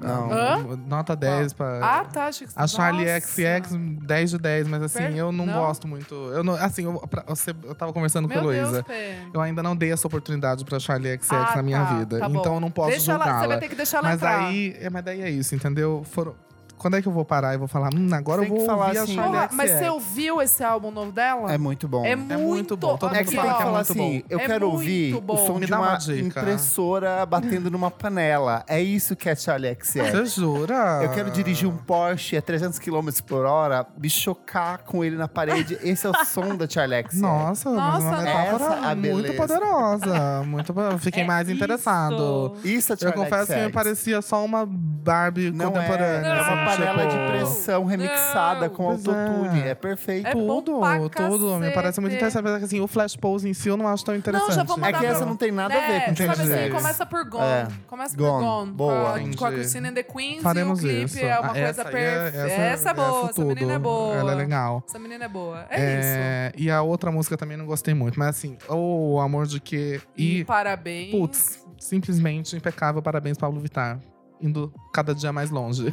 Não. a- Hã? nota 10 pra. Ah, tá. Achei que É. A Charlie Nossa. XX, 10 de 10, mas assim, Per- eu não, não? gosto muito. Eu não, assim, eu, pra- você- eu tava conversando com a Meu Deus, Heloísa. Pê. Eu ainda não dei essa oportunidade pra Charlie XX Ah, na minha tá, vida. tá bom. então eu não posso Deixa ela, julgá-la. você vai ter que deixar ela mas entrar. aí. É, mas daí é isso, entendeu? Foram- Quando é que eu vou parar e vou falar, hum, agora Tem eu que vou falar ouvir assim, a Charlie Porra, mas XX. você ouviu esse álbum novo dela? É muito bom. É muito muito bom, todo É aqui, que mundo você tem fala que ó. é falar muito assim, bom. eu É quero ouvir muito o bom. som Me de dá uma, uma dica. impressora batendo numa panela. É isso que é Charlie XX. Você jura? Eu quero dirigir um Porsche a 300 km por hora, me chocar com ele na parede. Esse é o som da Charlie XX. Nossa, mas Nossa, né? é. uma essa é metáfora a muito beleza. poderosa. Muito po- Eu Fiquei É mais isso. interessado. Isso é Eu Charlie confesso que me XX. parecia só uma Barbie Não é, contemporânea. é uma assim, panela tipo, de pressão remixada Não. com Pois é. autotune. É perfeito. É bom Tudo, pra tudo. Me parece muito cacete. interessante. Mas assim, o flash pose em si eu não acho tão interessante. já vou É, mandar que essa pra- não tem nada a ver com É, Charlie sabe assim, Entendi. XX. começa por Gone. É. Começa por Gone. Gone. Boa. Com a- Com a Entendi. Christina and the Queens Faremos e o clipe isso. é uma Ah, coisa essa aí é- perfeita. Essa, Essa, é boa, essa tudo. menina é boa. Ela é legal. Essa menina é boa. É, isso. É, E a outra música também não gostei muito. Mas assim, o Amor de Que E, e, parabéns. putz, simplesmente impecável. Parabéns, Pablo Vittar. Indo cada dia mais longe.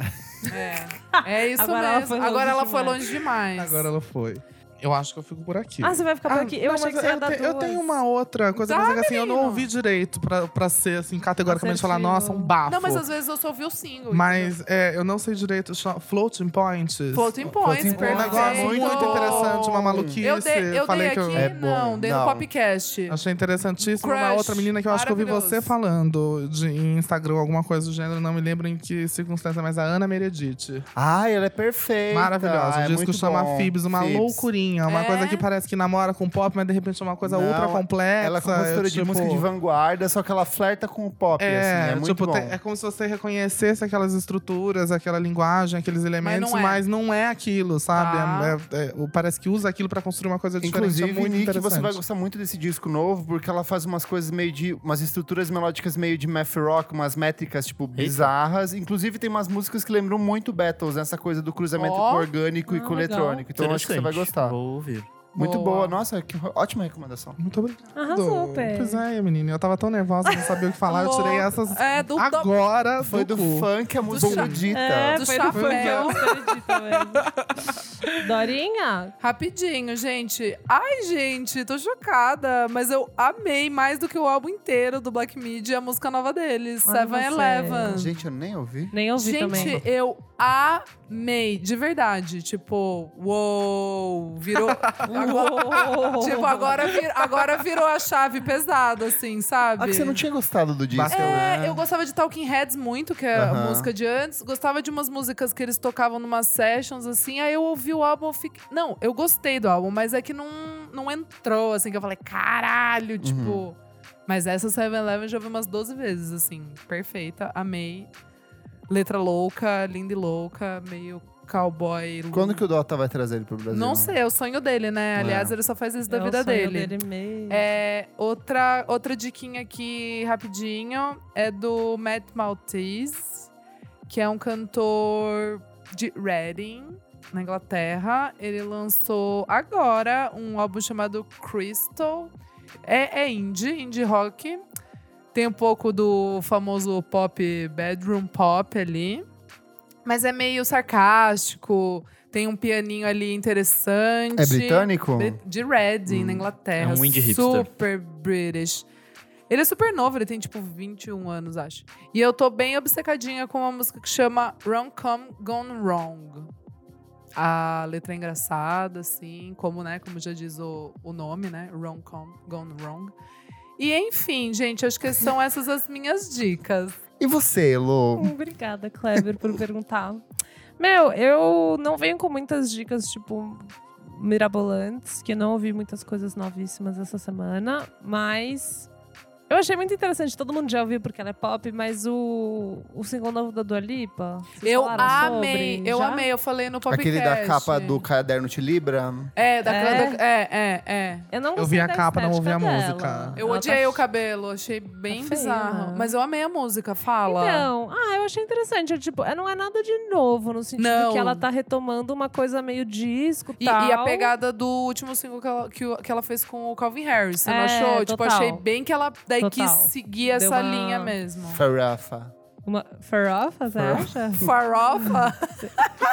É, é isso Agora ela mesmo. foi longe Agora ela foi demais. longe demais. Agora ela foi. Eu acho que eu fico por aqui. Ah, você vai ficar por aqui? Eu não, achei que mas você ia dar te- eu duas. tenho uma outra coisa, Dá, mas é que, assim, eu não menino. ouvi direito pra, pra ser assim, categoricamente falar, Assertivo. nossa, um bafo. Não, mas às vezes eu só ouvi o single. Mas, é, eu não sei direito. chama- Floating Points. entendeu? Floating Points, Floating um Points. perfeito. negócio muito interessante, uma maluquice. Eu dei, eu dei Falei aqui, que eu É bom. não, dei no Não. podcast. achei interessantíssimo. Uma Crush, outra menina que eu acho que eu vi maravilhoso. você falando de, em Instagram, alguma coisa do gênero, não me lembro em que circunstância, mas a Ana Meredith. Ai, ela é perfeita. Maravilhosa. Ah, é o disco muito chama bom. Phoebs, uma Phoebs. loucurinha. Uma É? coisa que parece que namora com pop, mas de repente é uma coisa Não, ultra complexa. Ela é compositora de tipo- música de vanguarda, só que ela flerta com o pop, assim, é muito tipo, bom. tem- é como se você reconhecesse aquelas estruturas, aquela linguagem, aqueles elementos, não é. mas não é, aquilo, sabe? Tá. É- é- é- parece que usa aquilo pra construir uma coisa diferente. Inclusive, é muito Nick, interessante. você vai gostar muito desse disco novo, porque ela faz umas coisas meio de. umas estruturas melódicas meio de math rock, umas métricas, tipo, bizarras. Inclusive, tem umas músicas que lembram muito Battles, essa coisa do cruzamento Ó. com orgânico e Ah, com legal. eletrônico. Então, eu acho que você vai Interessante. gostar. Vou ouvir. Muito Boa. boa. Nossa, que ro- ótima recomendação. Muito obrigado. Arrasou, Pé. Pois é, menina. Eu tava tão nervosa, não sabia o que falar. Eu tirei essas É, do, do, agora Foi do, do, cu. funk a música chá. erudita. É, Do foi do chapéu. chapéu. Dorinha, Rapidinho, gente. Ai, gente, tô chocada. Mas eu amei mais do que o álbum inteiro do Black Media a música nova deles, Olha Seven Eleven. Gente, eu nem ouvi. nem ouvi Gente, também. eu amei, de verdade. Tipo, uou, virou. agora, Uou. tipo, agora, vir- agora virou a chave pesada, assim, sabe? Ah, que você não tinha gostado do disco, Bateu, né? É, eu gostava de Talking Heads muito, que é a Aham. música de antes. Gostava de umas músicas que eles tocavam numas sessions, assim. Aí eu ouvi o álbum, eu fiquei... Não, eu gostei do álbum, mas é que não, não entrou, assim. Que eu falei, Uhum. caralho, tipo... Mas essa 7-Eleven eu já ouvi umas 12 vezes, assim. Perfeita, amei. Letra louca, linda e louca, meio cowboy. Lu- Quando que o Dota vai trazer ele pro Brasil? Não sei, é o sonho dele, né? É. Aliás, ele só faz isso da É o vida sonho dele. mesmo. É, outra, outra diquinha aqui, rapidinho, é do Matt Maltese, que é um cantor de Reading, na Inglaterra. Ele lançou agora um álbum chamado Crystal. É, é indie, indie rock. Tem um pouco do famoso pop, bedroom pop ali. Mas é meio sarcástico, tem um pianinho ali interessante. É britânico? Brit- De Reading, na Hum. Inglaterra. É um indie hipster. Super British. Ele é super novo, ele tem tipo 21 anos, acho. E eu tô bem obcecadinha com uma música que chama Rom Com Gone Wrong. A letra é engraçada, assim, como, né, como já diz o, o nome, né? Rom Com Gone Wrong. E enfim, gente, acho que são essas as minhas dicas. E você, Lô? Hum, Obrigada, Kleber, por perguntar. Meu, eu não venho com muitas dicas, tipo, mirabolantes, que eu não ouvi muitas coisas novíssimas essa semana, mas. Eu achei muito interessante, todo mundo já ouviu porque ela é pop, mas o, o single novo da Dua Lipa. vocês Eu falaram amei, sobre, eu já? amei, eu falei no podcast. Aquele da capa do caderno te libra? É, da É? da- é, é, é. Eu não Eu gostei vi a da capa, não ouvi a estética dela. música. Eu Ela tá odiei o cabelo, achei bem feia, bizarro. né? Mas eu amei a música, fala. Então, ah, eu achei interessante. Eu, tipo, é, não é nada de novo, no sentido Não. que ela tá retomando uma coisa meio disco E, tal. e a pegada do último single que ela, que, o- que ela fez com o Calvin Harris, você não É, achou? Tipo, total. achei bem que ela daí Total. quis seguir essa uma- linha mesmo. Farofa. Uma farofa, você acha? Farofa?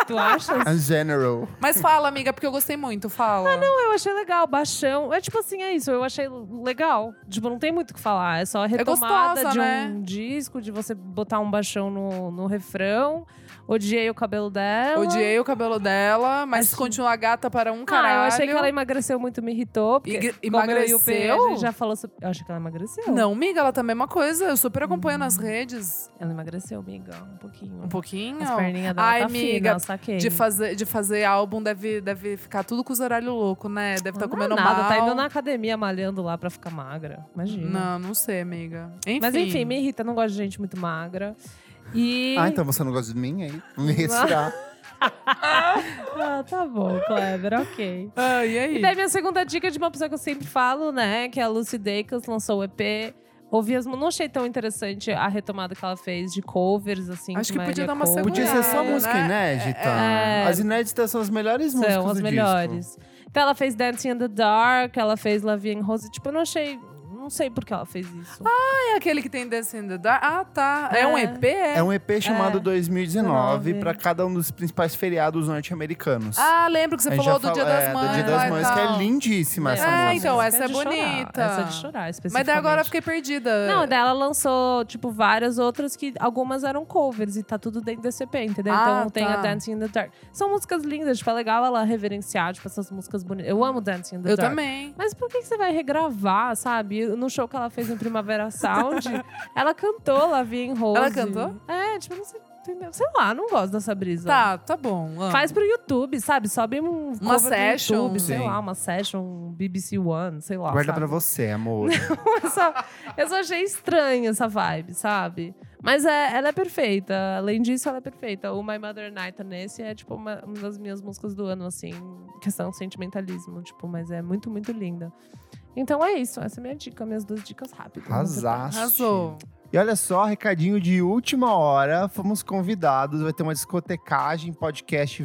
tu acha? And General. Mas fala, amiga, porque eu gostei muito, fala. Ah, não, Eu achei legal, baixão. É tipo assim, é isso. Eu achei legal. Tipo, não tem muito o que falar. É só a retomada gostosa, de né? um disco, de você botar um baixão no, no refrão. Odiei o cabelo dela. Odiei o cabelo dela, mas Acho- continua gata para um Ah, caralho. eu achei que ela emagreceu muito, me irritou. Porque Igre- como eu e o P, a emagreceu? gente já falou sobre... Eu achei que ela emagreceu. Não, amiga, ela tá a mesma coisa. Eu super acompanho nas redes. Ela emagreceu, amiga, um pouquinho. Um pouquinho. As perninhas dela Ai, tá amiga, fina, eu saquei. De fazer, de fazer álbum deve, deve ficar tudo com os horários loucos, né? Deve Não estar é comendo nada, mal. tá indo na academia malhando lá pra ficar magra. Imagina. Não, não sei, amiga. Enfim. Mas enfim, me irrita, não gosto de gente muito magra. E. Ah, então você não gosta de mim, hein? Me retirar. Ah, tá bom, Kleber, ok. Ah, e aí? E daí minha segunda dica é de uma pessoa que eu sempre falo, né? Que é a Lucy Dacus, lançou o EP. Ouvi as... Não achei tão interessante a retomada que ela fez de covers, assim. Acho de que podia Maria dar uma Cole. Podia ser só É, música né? inédita. É, é. As inéditas são as melhores músicas São as do melhores. disco. Então ela fez Dancing in the Dark, ela fez Love in Rose. Tipo, eu não achei... Não sei por que ela fez isso. É aquele que tem Dance in the Dark? Ah, tá. É, É. um EP? É. É um EP chamado É. 2019 19. pra cada um dos principais feriados norte-americanos. Ah, lembro que você A gente falou já do Dia fala- das é, Mães. Do Dia lá das e Mães, que tal. é lindíssima essa É, música. então, essa é de chorar, bonita. Essa é de chorar, Mas especificamente. daí agora eu fiquei perdida. Não, daí ela lançou, tipo, várias outras que algumas eram covers e tá tudo dentro desse EP, entendeu? Ah, então tem tá. a Dancing in the Dark. São músicas lindas, tipo, é legal ela reverenciar, tipo, essas músicas bonitas. Eu amo Dancing in the Eu Dark. também. Mas por que que você vai regravar, sabe? No show que ela fez no Primavera Sound, ela cantou Love in Rose. Ela cantou? É, tipo, não sei, entendeu? sei lá, não gosto dessa brisa. Tá, tá bom. ah. Faz pro YouTube, sabe? Sobe um cover no session. YouTube, sei Sim. lá, uma session, um BBC One, sei lá. Guarda sabe? pra você, amor. eu, só, eu só achei estranha essa vibe, sabe? Mas é, ela é perfeita. Além disso, ela é perfeita. O My Mother Night nesse é, tipo, uma, uma das minhas músicas do ano, assim. Questão sentimentalismo, tipo, mas é muito, muito linda. Então é isso. Essa é a minha dica, minhas duas dicas rápidas. Arrasaste. Arrasou. E olha só, recadinho de última hora. Fomos convidados, vai ter uma discotecagem podcast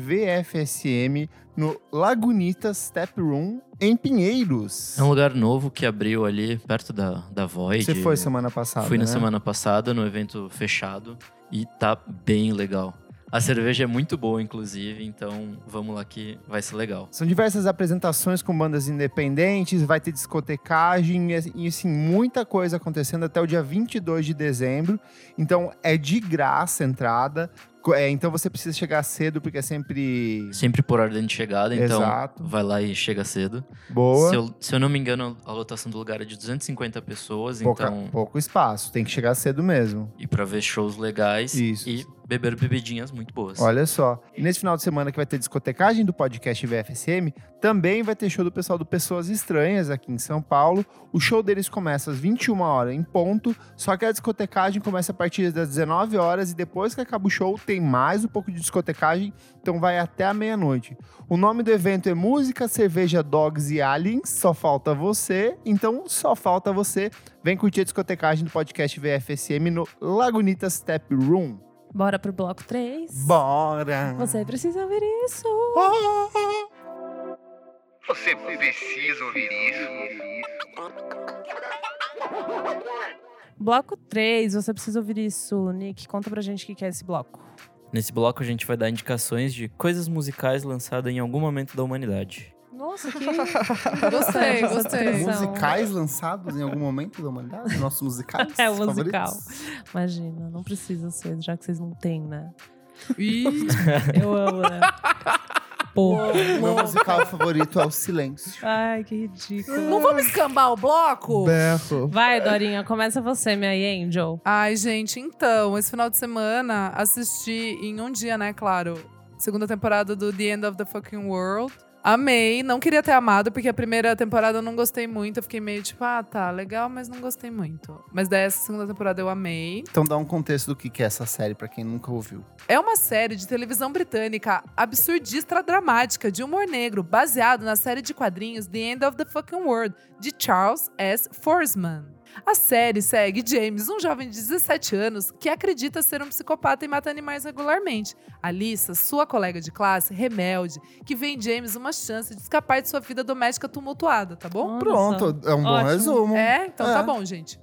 VFSM no Lagunitas Tap Room, em Pinheiros. É um lugar novo que abriu ali perto da, da Void. Você foi semana passada, Fui na né? semana passada, no evento fechado. E tá bem legal. A cerveja é muito boa, inclusive. Então, vamos lá que vai ser legal. São diversas apresentações com bandas independentes, vai ter discotecagem e, e, assim, muita coisa acontecendo até o dia 22 de dezembro. Então é de graça a entrada. Co- é, então você precisa chegar cedo, porque é sempre Sempre por ordem de chegada, então Exato. vai lá e chega cedo. boa. Se eu, se eu não me engano, a lotação do lugar é de 250 pessoas, pouca- então. Pouco espaço, tem que chegar cedo mesmo. E pra ver shows legais. Isso. E beber bebidinhas muito boas. Olha só. E nesse final de semana que vai ter discotecagem do podcast VFSM, também vai ter show do pessoal do Pessoas Estranhas aqui em São Paulo. O show deles começa às 21 horas em ponto, só que a discotecagem começa a partir das 19 horas e depois que acaba o show tem mais um pouco de discotecagem, então vai até a meia-noite. O nome do evento é Música, Cerveja, Dogs e Aliens, só falta você, então só falta você. Vem curtir a discotecagem do podcast VFSM no Lagunitas Step Room. Bora pro bloco 3. Bora! Você precisa ver isso. Você precisa ouvir isso. Bloco 3, você precisa ouvir isso. Nick, conta pra gente o que que é esse bloco. Nesse bloco a gente vai dar indicações de coisas musicais lançadas em algum momento da humanidade. Nossa, que. Gostei, É. gostei. Musicais lançados em algum momento da humanidade? Nossos musicais? É, o musical. favoritos? Imagina, não precisa ser, já que vocês não têm, né? Ih, Eu amo, né? Porra. Meu musical favorito é o Silêncio. Ai, que ridículo. não vamos escambar o bloco? Berro. Vai, Dorinha, começa você, minha Angel. Ai, gente, então, esse final de semana assisti em um dia, né, claro, segunda temporada do The End of the Fucking World. Amei, não queria ter amado, porque a primeira temporada eu não gostei muito. Eu fiquei meio tipo, ah, tá, legal, mas não gostei muito. Mas daí essa segunda temporada eu amei. Então dá um contexto do que que é essa série pra quem nunca ouviu. É uma série de televisão britânica absurdista dramática de humor negro, baseado na série de quadrinhos The End of the Fucking World, de Charles S. Forsman. A série segue James, um jovem de 17 anos que acredita ser um psicopata e mata animais regularmente. Alissa, sua colega de classe, rebelde, que vê em James uma chance de escapar de sua vida doméstica tumultuada, tá bom? Olha só. Pronto, é um bom Ótimo. resumo. É, então tá É. bom, gente.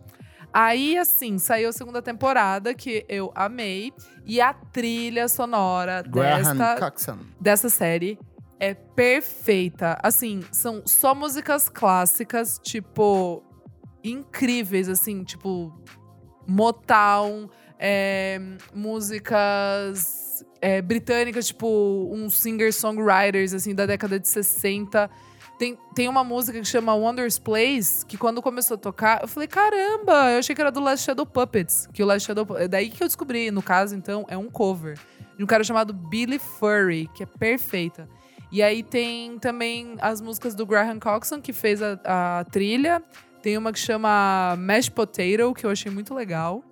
Aí, assim, saiu a segunda temporada, que eu amei. E a trilha sonora Graham desta Coxon. dessa série é perfeita. Assim, são só músicas clássicas, tipo, incríveis, assim, tipo, Motown, é, músicas é, britânicas, tipo, uns singer-songwriters, assim, da década de 60. Tem, tem uma música que chama Wonders Place, que quando começou a tocar, eu falei, caramba, eu achei que era do Last Shadow Puppets. Que o Last Shadow Pu- é Daí que eu descobri, no caso, então, é um cover. De um cara chamado Billy Furry, que é perfeita. E aí tem também as músicas do Graham Coxon, que fez a, a trilha. Tem uma que chama Mashed Potato, que eu achei muito legal.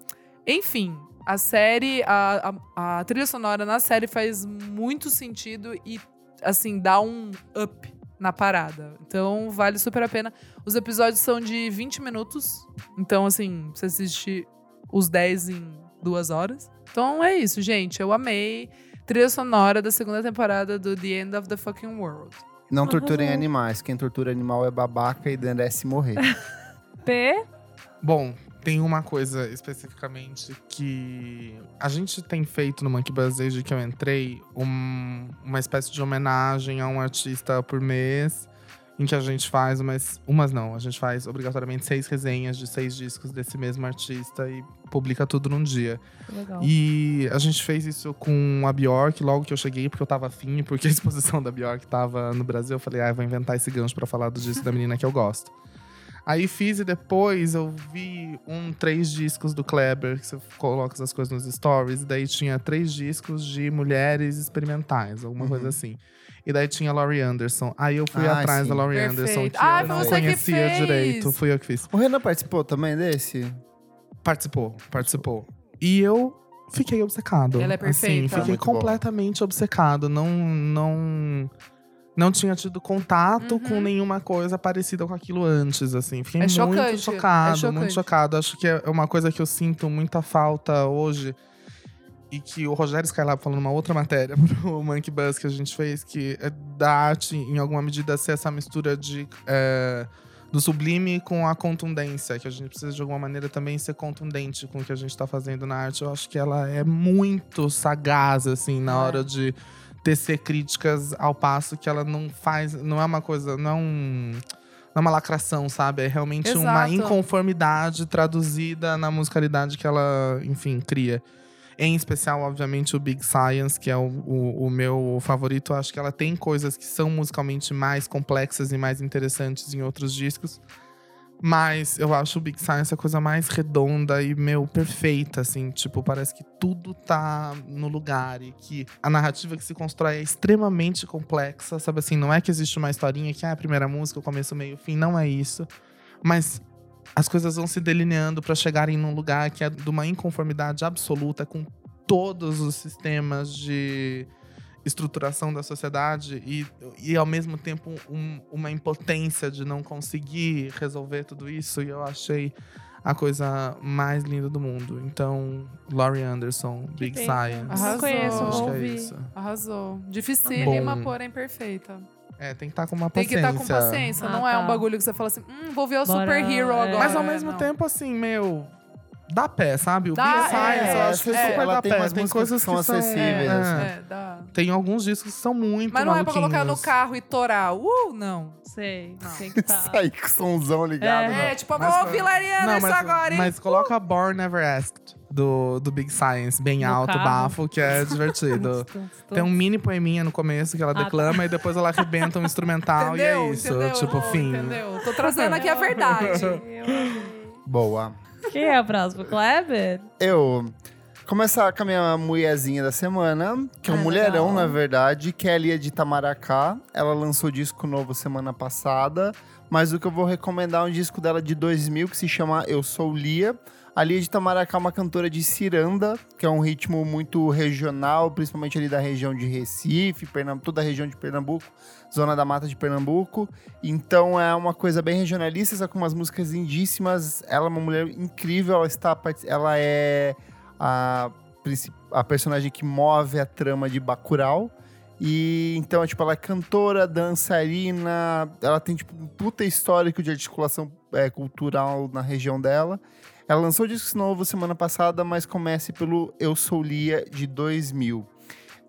Enfim, a série, a, a- a trilha sonora na série faz muito sentido e, assim, dá um up na parada. Então, vale super a pena. Os episódios são de 20 minutos. Então, assim, você assiste os 10 em duas horas. Então, é isso, gente. Eu amei. Trilha sonora da segunda temporada do The End of the Fucking World. Não torturem animais. Quem tortura animal é babaca e merece morrer. P. Bom, tem uma coisa especificamente que a gente tem feito no Monkey Buzz desde que eu entrei um- uma espécie de homenagem a um artista por mês, em que a gente faz umas. Umas não, a gente faz obrigatoriamente seis resenhas de seis discos desse mesmo artista e publica tudo num dia. Legal. E a gente fez isso com a Bjork logo que eu cheguei, porque eu tava afim, porque a exposição da Bjork tava no Brasil. Eu falei, ah, eu vou inventar esse gancho pra falar do disco da menina que eu gosto. Aí fiz e depois eu vi um três discos do Kleber, que você coloca essas coisas nos stories, e daí tinha três discos de mulheres experimentais, alguma Uhum. coisa assim. E daí tinha a Laurie Anderson. Aí eu fui Ah, atrás sim. da Laurie Perfeito. Anderson, que Ah, foi eu não você que conhecia fez! direito. Fui eu que fiz. O Renan participou também desse? Participou, participou. E eu fiquei obcecado. Ela é perfeita. Assim, fiquei Muito bom. completamente obcecado. Não, não, não tinha tido contato Uhum. com nenhuma coisa parecida com aquilo antes, assim. Fiquei É muito chocante, é chocado, chocante. muito chocado. Acho que é uma coisa que eu sinto muita falta hoje. E que o Rogério Skylab falou numa outra matéria pro Monkey Buzz que a gente fez, que é da arte, em alguma medida, ser essa mistura de. é, do sublime com a contundência, que a gente precisa de alguma maneira também ser contundente com o que a gente tá fazendo na arte. Eu acho que ela é muito sagaz, assim, na É. hora de tecer críticas ao passo que ela não faz. Não é uma coisa. Não é um. Não é uma lacração, sabe? É realmente uma Exato. inconformidade traduzida na musicalidade que ela, enfim, cria. Em especial, obviamente, o Big Science, que é o, o- o meu favorito. Acho que ela tem coisas que são musicalmente mais complexas e mais interessantes em outros discos. Mas eu acho o Big Science a coisa mais redonda e, meu, perfeita, assim. Tipo, parece que tudo tá no lugar e que a narrativa que se constrói é extremamente complexa, sabe assim? Não é que existe uma historinha que ah, é a primeira música, o começo, o meio, o fim, não é isso. Mas as coisas vão se delineando pra chegarem num lugar que é de uma inconformidade absoluta com todos os sistemas de estruturação da sociedade e, e ao mesmo tempo um- uma impotência de não conseguir resolver tudo isso e eu achei a coisa mais linda do mundo. Então, Laurie Anderson, Big bem. Science. Arrasou. Não conheço, Acho vou que é ouvir. isso. Arrasou. Dificílima, Bom. porém perfeita. É, tem que estar com uma Tem que paciência. estar com paciência. Ah, não é tá. um bagulho que você fala assim, hum, vou ver o Bora, Super Hero é. agora. Mas ao É, mesmo não. tempo, assim, meu. Dá pé, sabe? O Dá, Big é, Science, eu acho que é, super ela dá tem pé. umas Tem músicas coisas que são acessíveis, é. assim. É, dá. Tem alguns discos que são muito Mas não é pra colocar no maluquinhos. carro e torar. Uh, não. Sei, Não. sei que tá. Sair com somzão ligado. É. né? É, tipo, Mas vou pra- ouvir Lariana Não, isso mas, agora, hein? mas coloca Born Never Asked do, do Big Science, bem No alto, carro. bafo, que é divertido. Tem um mini poeminha no começo que ela tá. declama e depois ela arrebenta um instrumental e é isso. Entendeu? Tipo, Não, fim. Entendeu? Tô trazendo aqui a verdade. Boa. Quem é a próxima? Kleber? Eu começar com a minha mulherzinha da semana, que é um Ah, mulherão, legal. na verdade, que é a Lia de Itamaracá. Ela lançou disco novo semana passada, mas o que eu vou recomendar é um disco dela de 2000 que se chama Eu Sou Lia. A Lia de Itamaracá é uma cantora de ciranda, que é um ritmo muito regional, principalmente ali da região de Recife, Pernambuco, toda a região de Pernambuco, zona da mata de Pernambuco. Então é uma coisa bem regionalista, só com umas músicas lindíssimas. Ela é uma mulher incrível, ela está parti- ela é a, princi- a personagem que move a trama de Bacurau. E então, tipo, ela é cantora, dançarina, ela tem tipo um puta histórico de articulação é, cultural na região dela. Ela lançou discos novo semana passada, mas comece pelo Eu Sou Lia de 2000.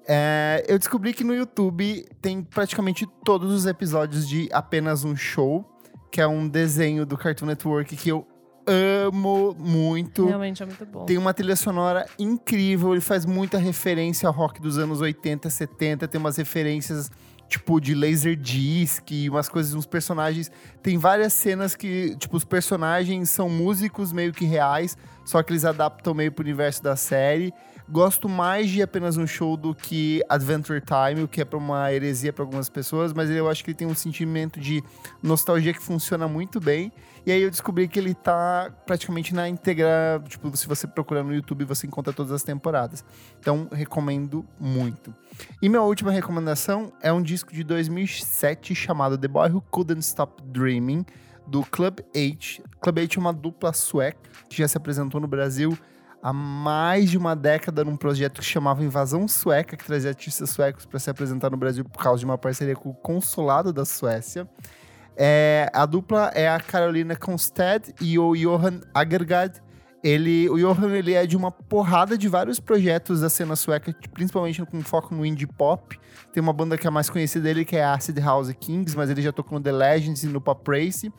É, eu descobri que no YouTube tem praticamente todos os episódios de Apenas um Show, que é um desenho do Cartoon Network que eu amo muito. Realmente é muito bom. Tem uma trilha sonora incrível, ele faz muita referência ao rock dos anos 80, 70, tem umas referências tipo de laser disc, umas coisas, uns personagens. Tem várias cenas que, tipo, os personagens são músicos meio que reais, só que eles adaptam meio pro universo da série. Gosto mais de apenas um show do que Adventure Time, o que é pra uma heresia para algumas pessoas, mas eu acho que ele tem um sentimento de nostalgia que funciona muito bem. E aí eu descobri que ele tá praticamente na íntegra. Tipo, se você procurar no YouTube, você encontra todas as temporadas. Então, recomendo muito. E minha última recomendação é um disco de 2007 chamado The Boy Who Couldn't Stop Dreaming, do Club 8. Club 8 é uma dupla sueca que já se apresentou no Brasil há mais de uma década num projeto que chamava Invasão Sueca, que trazia artistas suecos para se apresentar no Brasil por causa de uma parceria com o Consulado da Suécia. É, a dupla é a Carolina Konstad e o Johan Agergaard. Ele, o Johan ele é de uma porrada de vários projetos da cena sueca, principalmente com foco no indie pop. Tem uma banda que é a mais conhecida dele, que é a Acid House Kings, mas ele já tocou no The Legends e no Pop Race.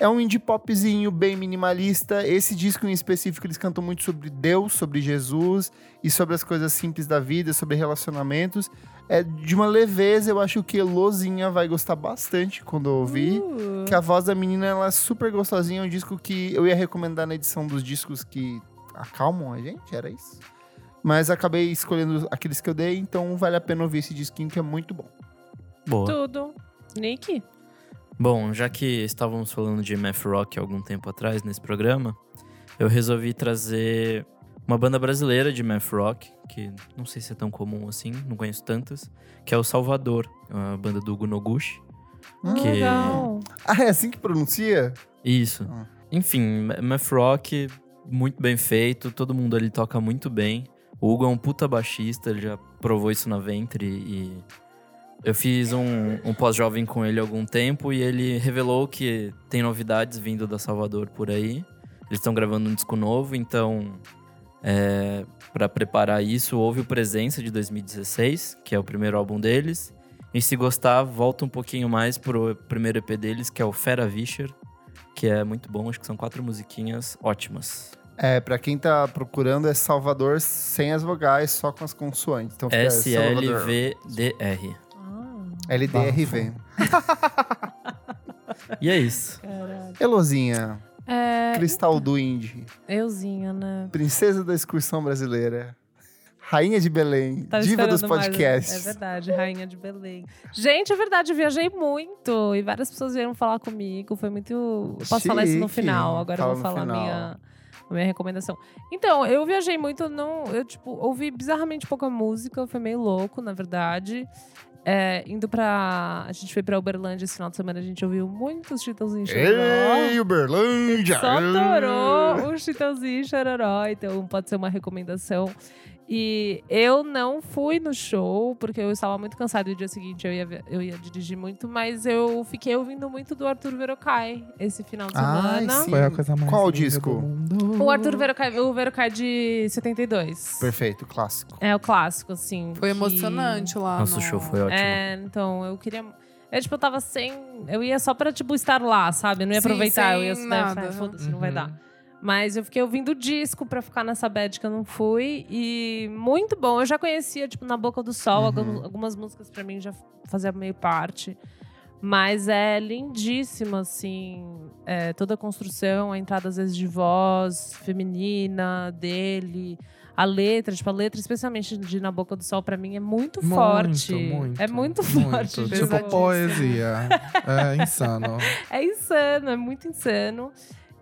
É um indie popzinho bem minimalista. Esse disco em específico eles cantam muito sobre Deus, sobre Jesus e sobre as coisas simples da vida, sobre relacionamentos. É de uma leveza, eu acho que Lozinha vai gostar bastante quando ouvir. Uh, Que a voz da menina ela é super gostosinha, é um disco que eu ia recomendar na edição dos discos que acalmam a gente, era isso. Mas acabei escolhendo aqueles que eu dei, então vale a pena ouvir esse disquinho que é muito bom. Boa. Uh, Tudo. Nick? Bom, já que estávamos falando de math rock há algum tempo atrás nesse programa, eu resolvi trazer uma banda brasileira de math rock, que não sei se é tão comum assim, não conheço tantas, que é o Salvador, a banda do Hugo Noguchi. Que- Legal. Ah, é assim que pronuncia? Isso. Ah. Enfim, ma- math rock muito bem feito, todo mundo ali toca muito bem. O Hugo é um puta baixista, ele já provou isso na ventre e eu fiz um, um pós-jovem com ele há algum tempo e ele revelou que tem novidades vindo da Salvador por aí. Eles estão gravando um disco novo, então é, para preparar isso houve o Presença de 2016, que é o primeiro álbum deles. E se gostar, volta um pouquinho mais pro primeiro EP deles, que é o Fera Vischer, que é muito bom. Acho que são quatro musiquinhas ótimas. É, pra quem tá procurando, é Salvador sem as vogais, só com as consoantes. Então fica Salvador. S-L-V-D-R. Ah, LDRV. E é isso. caralho. Elozinha, É, Cristal do Indie, euzinha, É, né? Princesa da Excursão Brasileira, Rainha de Belém, Tava Diva dos Tá esperando mais- Podcasts. é verdade, rainha de Belém. Gente, é verdade, eu viajei muito. E várias pessoas vieram falar comigo. Foi muito. Eu posso falar isso no Chique. final. Agora Fala eu vou no falar a final. minha, a minha recomendação. Então, eu viajei muito, não. Eu, tipo, ouvi bizarramente pouca música, foi meio louco, na verdade. É, indo pra. A gente foi pra Uberlândia esse final de semana, a gente ouviu muitos títulos em Xandó. Uberlândia! Só torou o Chitãozinho e Chororó, então pode ser uma recomendação. E eu não fui no show, porque eu estava muito cansada e o dia seguinte eu ia, vi- eu ia dirigir muito, mas eu fiquei ouvindo muito do Arthur Verocai esse final de Ai, semana. sim. Foi a coisa mais Qual linda disco? do mundo. O Arthur Verocai, o Verocai de 72. Perfeito, clássico. É o clássico, assim. Foi que- emocionante lá. Nosso no- show foi ótimo. É, então eu queria. Eu, tipo, eu tava sem. Eu ia só pra, tipo, estar lá, sabe? Eu não ia Sim, aproveitar. sem Eu ia só, né, eu falei, nada. "Ah, foda-se, não vai Uhum. dar. Mas eu fiquei ouvindo o disco pra ficar nessa bad que eu não fui. E muito bom. Eu já conhecia, tipo, Na Boca do Uhum. Sol. algum- Algumas músicas pra mim já faziam meio parte. Mas é lindíssimo, assim. é, toda a construção, a entrada, às vezes, de voz feminina dele. A letra, tipo, a letra, especialmente de Na Boca do Sol, pra mim, é muito, Muito, forte. muito, é muito, forte. Muito. Pesado. Tipo poesia. É insano. É insano, é muito insano.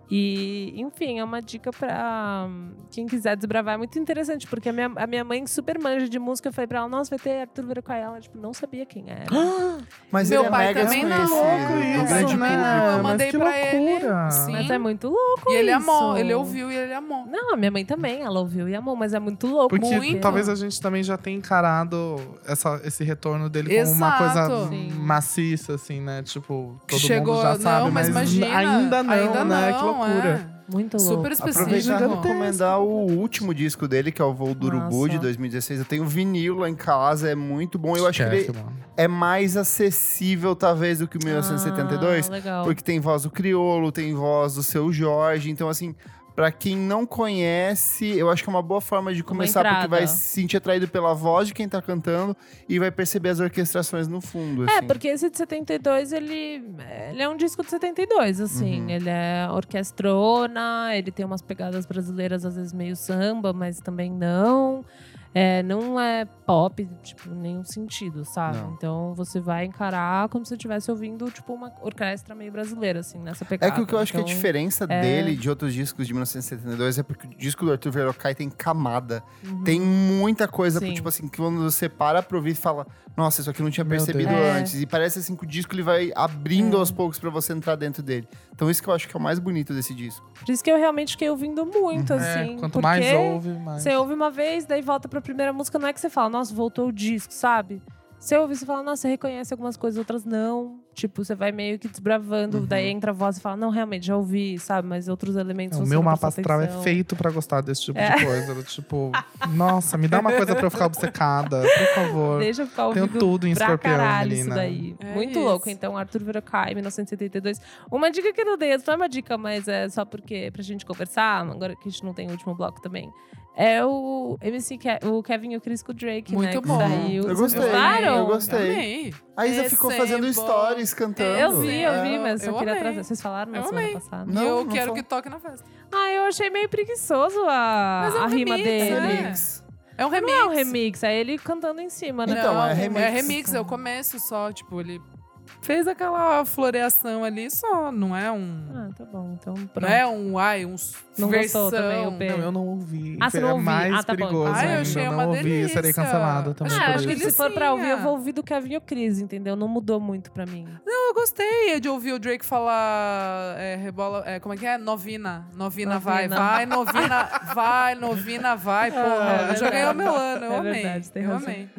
E, enfim, é uma dica pra hum, quem quiser desbravar. É muito interessante, porque a minha, a minha mãe super manja de música. Eu falei pra ela, nossa, vai ter Arthur Verocai. Ela, tipo, não sabia quem era. Ah, Mas Meu ele é pai mega também não. desconhecido. Louco do isso, grande né? público. Eu mandei Mas que pra ele. loucura. Sim. Mas é muito louco E ele isso. amou, ele ouviu e ele amou. Não, a minha mãe também, ela ouviu e amou, mas é muito louco. Porque Muito. talvez a gente também já tenha encarado essa- esse retorno dele como uma Exato. coisa Sim. maciça, assim, né? Tipo, todo Chegou, mundo já não, sabe, mas mas, imagina. ainda não, ainda né? não, que loucura. Muito é. louco. Super específico. Aproveitar e Gigantesco. recomendar o último disco dele, que é o Voo do Urubu, Nossa. de 2016. Eu tenho vinil lá em casa, é muito bom. Eu acho que Chefe, ele mano. é mais acessível, talvez, do que o 1972. Ah, legal. Porque tem voz do Criolo, tem voz do Seu Jorge. Então, assim, pra quem não conhece, eu acho que é uma boa forma de começar. Porque entrada. vai se sentir atraído pela voz de quem tá cantando e vai perceber as orquestrações no fundo, É, assim. porque esse de 72, ele, ele é um disco de 72, assim. Uhum. Ele é orquestrona, ele tem umas pegadas brasileiras, às vezes meio samba, mas também não. É, não é pop, tipo, em nenhum sentido, sabe? Não. Então você vai encarar como se você estivesse ouvindo, tipo, uma orquestra meio brasileira, assim, nessa É pegada. que o que eu acho que é Então, diferença dele de outros discos de 1972 é porque o disco do Arthur Verocai tem camada. uhum. Tem muita coisa, Sim. tipo assim, que quando você para pra ouvir e fala, nossa, isso aqui eu não tinha Meu percebido Deus. É. antes. E parece assim que o disco ele vai abrindo aos poucos pra você entrar dentro dele. Então isso que eu acho que é o mais bonito desse disco. Por isso que eu realmente fiquei ouvindo muito, Uhum. assim. É, quanto porque mais ouve, mais. Você ouve uma vez, daí volta pra primeira música, não é que você fala, nossa, voltou o disco, sabe? Você ouve, você fala, nossa, você reconhece algumas coisas, outras não. Tipo, você vai meio que desbravando, Uhum. daí entra a voz e fala, não, realmente, já ouvi, sabe? Mas outros elementos. O você meu não mapa prestou astral é atenção. É. feito pra gostar desse tipo de coisa. do Tipo, nossa, me dá uma coisa pra eu ficar obcecada, por favor. Deixa eu ficar Tenho ouvindo tudo um em pra escorpião, né? caralho menina. isso daí. É Muito isso. louco. Então, Arthur Verocai, 1972. Uma dica que eu não dei, essa não é uma dica, mas é só porque pra gente conversar, agora que a gente não tem o último bloco também. É o MC Ke- o Kevin e o Chris com o Drake, Muito né? que bom. saiu. Eu Vocês gostei, gostaram? eu gostei. Amei. A Isa ficou fazendo Recebo. stories cantando. É Eu vi, eu vi, É. mas só Eu queria amei. trazer. Vocês falaram na Eu semana amei. passada? E Não, eu não quero fala. que toque na festa. Ah, eu achei meio preguiçoso a, Mas é um Ah, a rima remix, dele. né? Remix. É um remix. Não é um remix, é ele cantando em cima, né? Então, é é remix. remix. eu começo só, tipo, ele fez aquela floreação ali só, não é um. Ah, tá bom. Então, Não pronto. é um ai, um s- Não versão. gostou também, o Pedro? Não, eu não ouvi. Ah, você não é ouviu? mais Ah, tá bom. perigoso. Ai, eu ainda. achei não uma ouvi, serei delícia. cancelado também. Ah, por acho que se isso. for pra ouvir, eu Delicinha. vou ouvir do Kevin e o Chris, entendeu? Não mudou muito pra mim. Não, eu gostei de ouvir o Drake falar é, rebola. é, como é que é? Novina. Novina, vai, Novina. vai, novina, vai, novina, vai. Porra, é eu já ganhei o verdade. meu ano, eu É amei. verdade, tem eu razão. amei.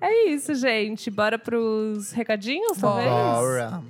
É isso, gente. Bora pros recadinhos, talvez? Bora.